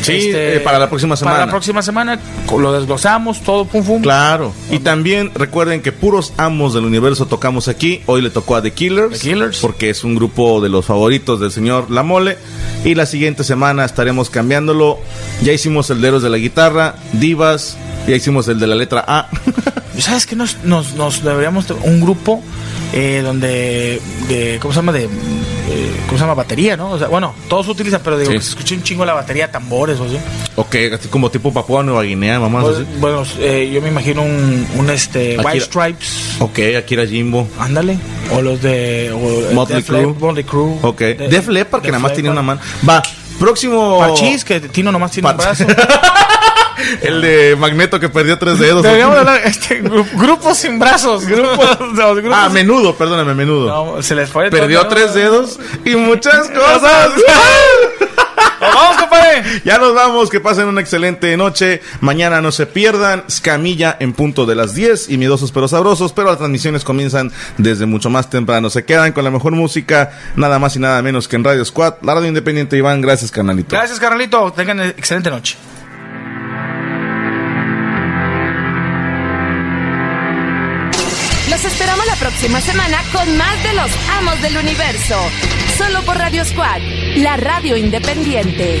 Este,
Sí, eh, para la próxima
Para
semana.
la próxima semana lo desglosamos, todo pum pum.
Claro. Y también recuerden que puros amos del universo tocamos aquí. Hoy le tocó a The Killers. Porque es un grupo de los favoritos del señor La Mole. Y la siguiente semana estaremos cambiándolo. Ya hicimos el de Héroes de la Guitarra, Divas. Ya hicimos el de la letra A.
¿Sabes qué? Nos, nos, nos deberíamos de- un grupo eh, donde, de- ¿cómo se llama? De, eh, ¿Cómo se llama? Batería, ¿no? O sea, bueno, todos utilizan, pero digo,
Sí.
que se escuche un chingo la batería, tambores o así.
Ok, así como tipo Papua Nueva Guinea, mamá.
Bueno, bueno, eh, yo me imagino un, un, este,
Akira.
White Stripes, Ah.
Ok, Akira Jimbo.
ándale, o los de o,
Motley
Def Lep-
Crue.
Motley Crue.
Ok.
De-
Def Leppard, porque
Def
nada más tiene
Leppard.
una mano. Va, próximo.
Parchís, que Tino nomás tiene un brazo.
El de Magneto que perdió tres dedos.
Deberíamos hablar este gru- grupos sin brazos, grupos, los grupos
Ah, menudo, perdóname, menudo.
No, se les fue todo,
Perdió
¿no?
tres dedos y muchas cosas. ¡Vamos, compadre! Ya nos vamos, que pasen una excelente noche. Mañana no se pierdan. Scamilla en punto de las 10 y miedosos pero sabrosos. Pero las transmisiones comienzan desde mucho más temprano. Se quedan con la mejor música, nada más y nada menos que en Radio Squad. La radio independiente, Iván. Gracias, carnalito.
Gracias, carnalito. Tengan eh, excelente noche.
Los esperamos la próxima semana con más de los amos del universo. Solo por Radio Squad, la radio independiente.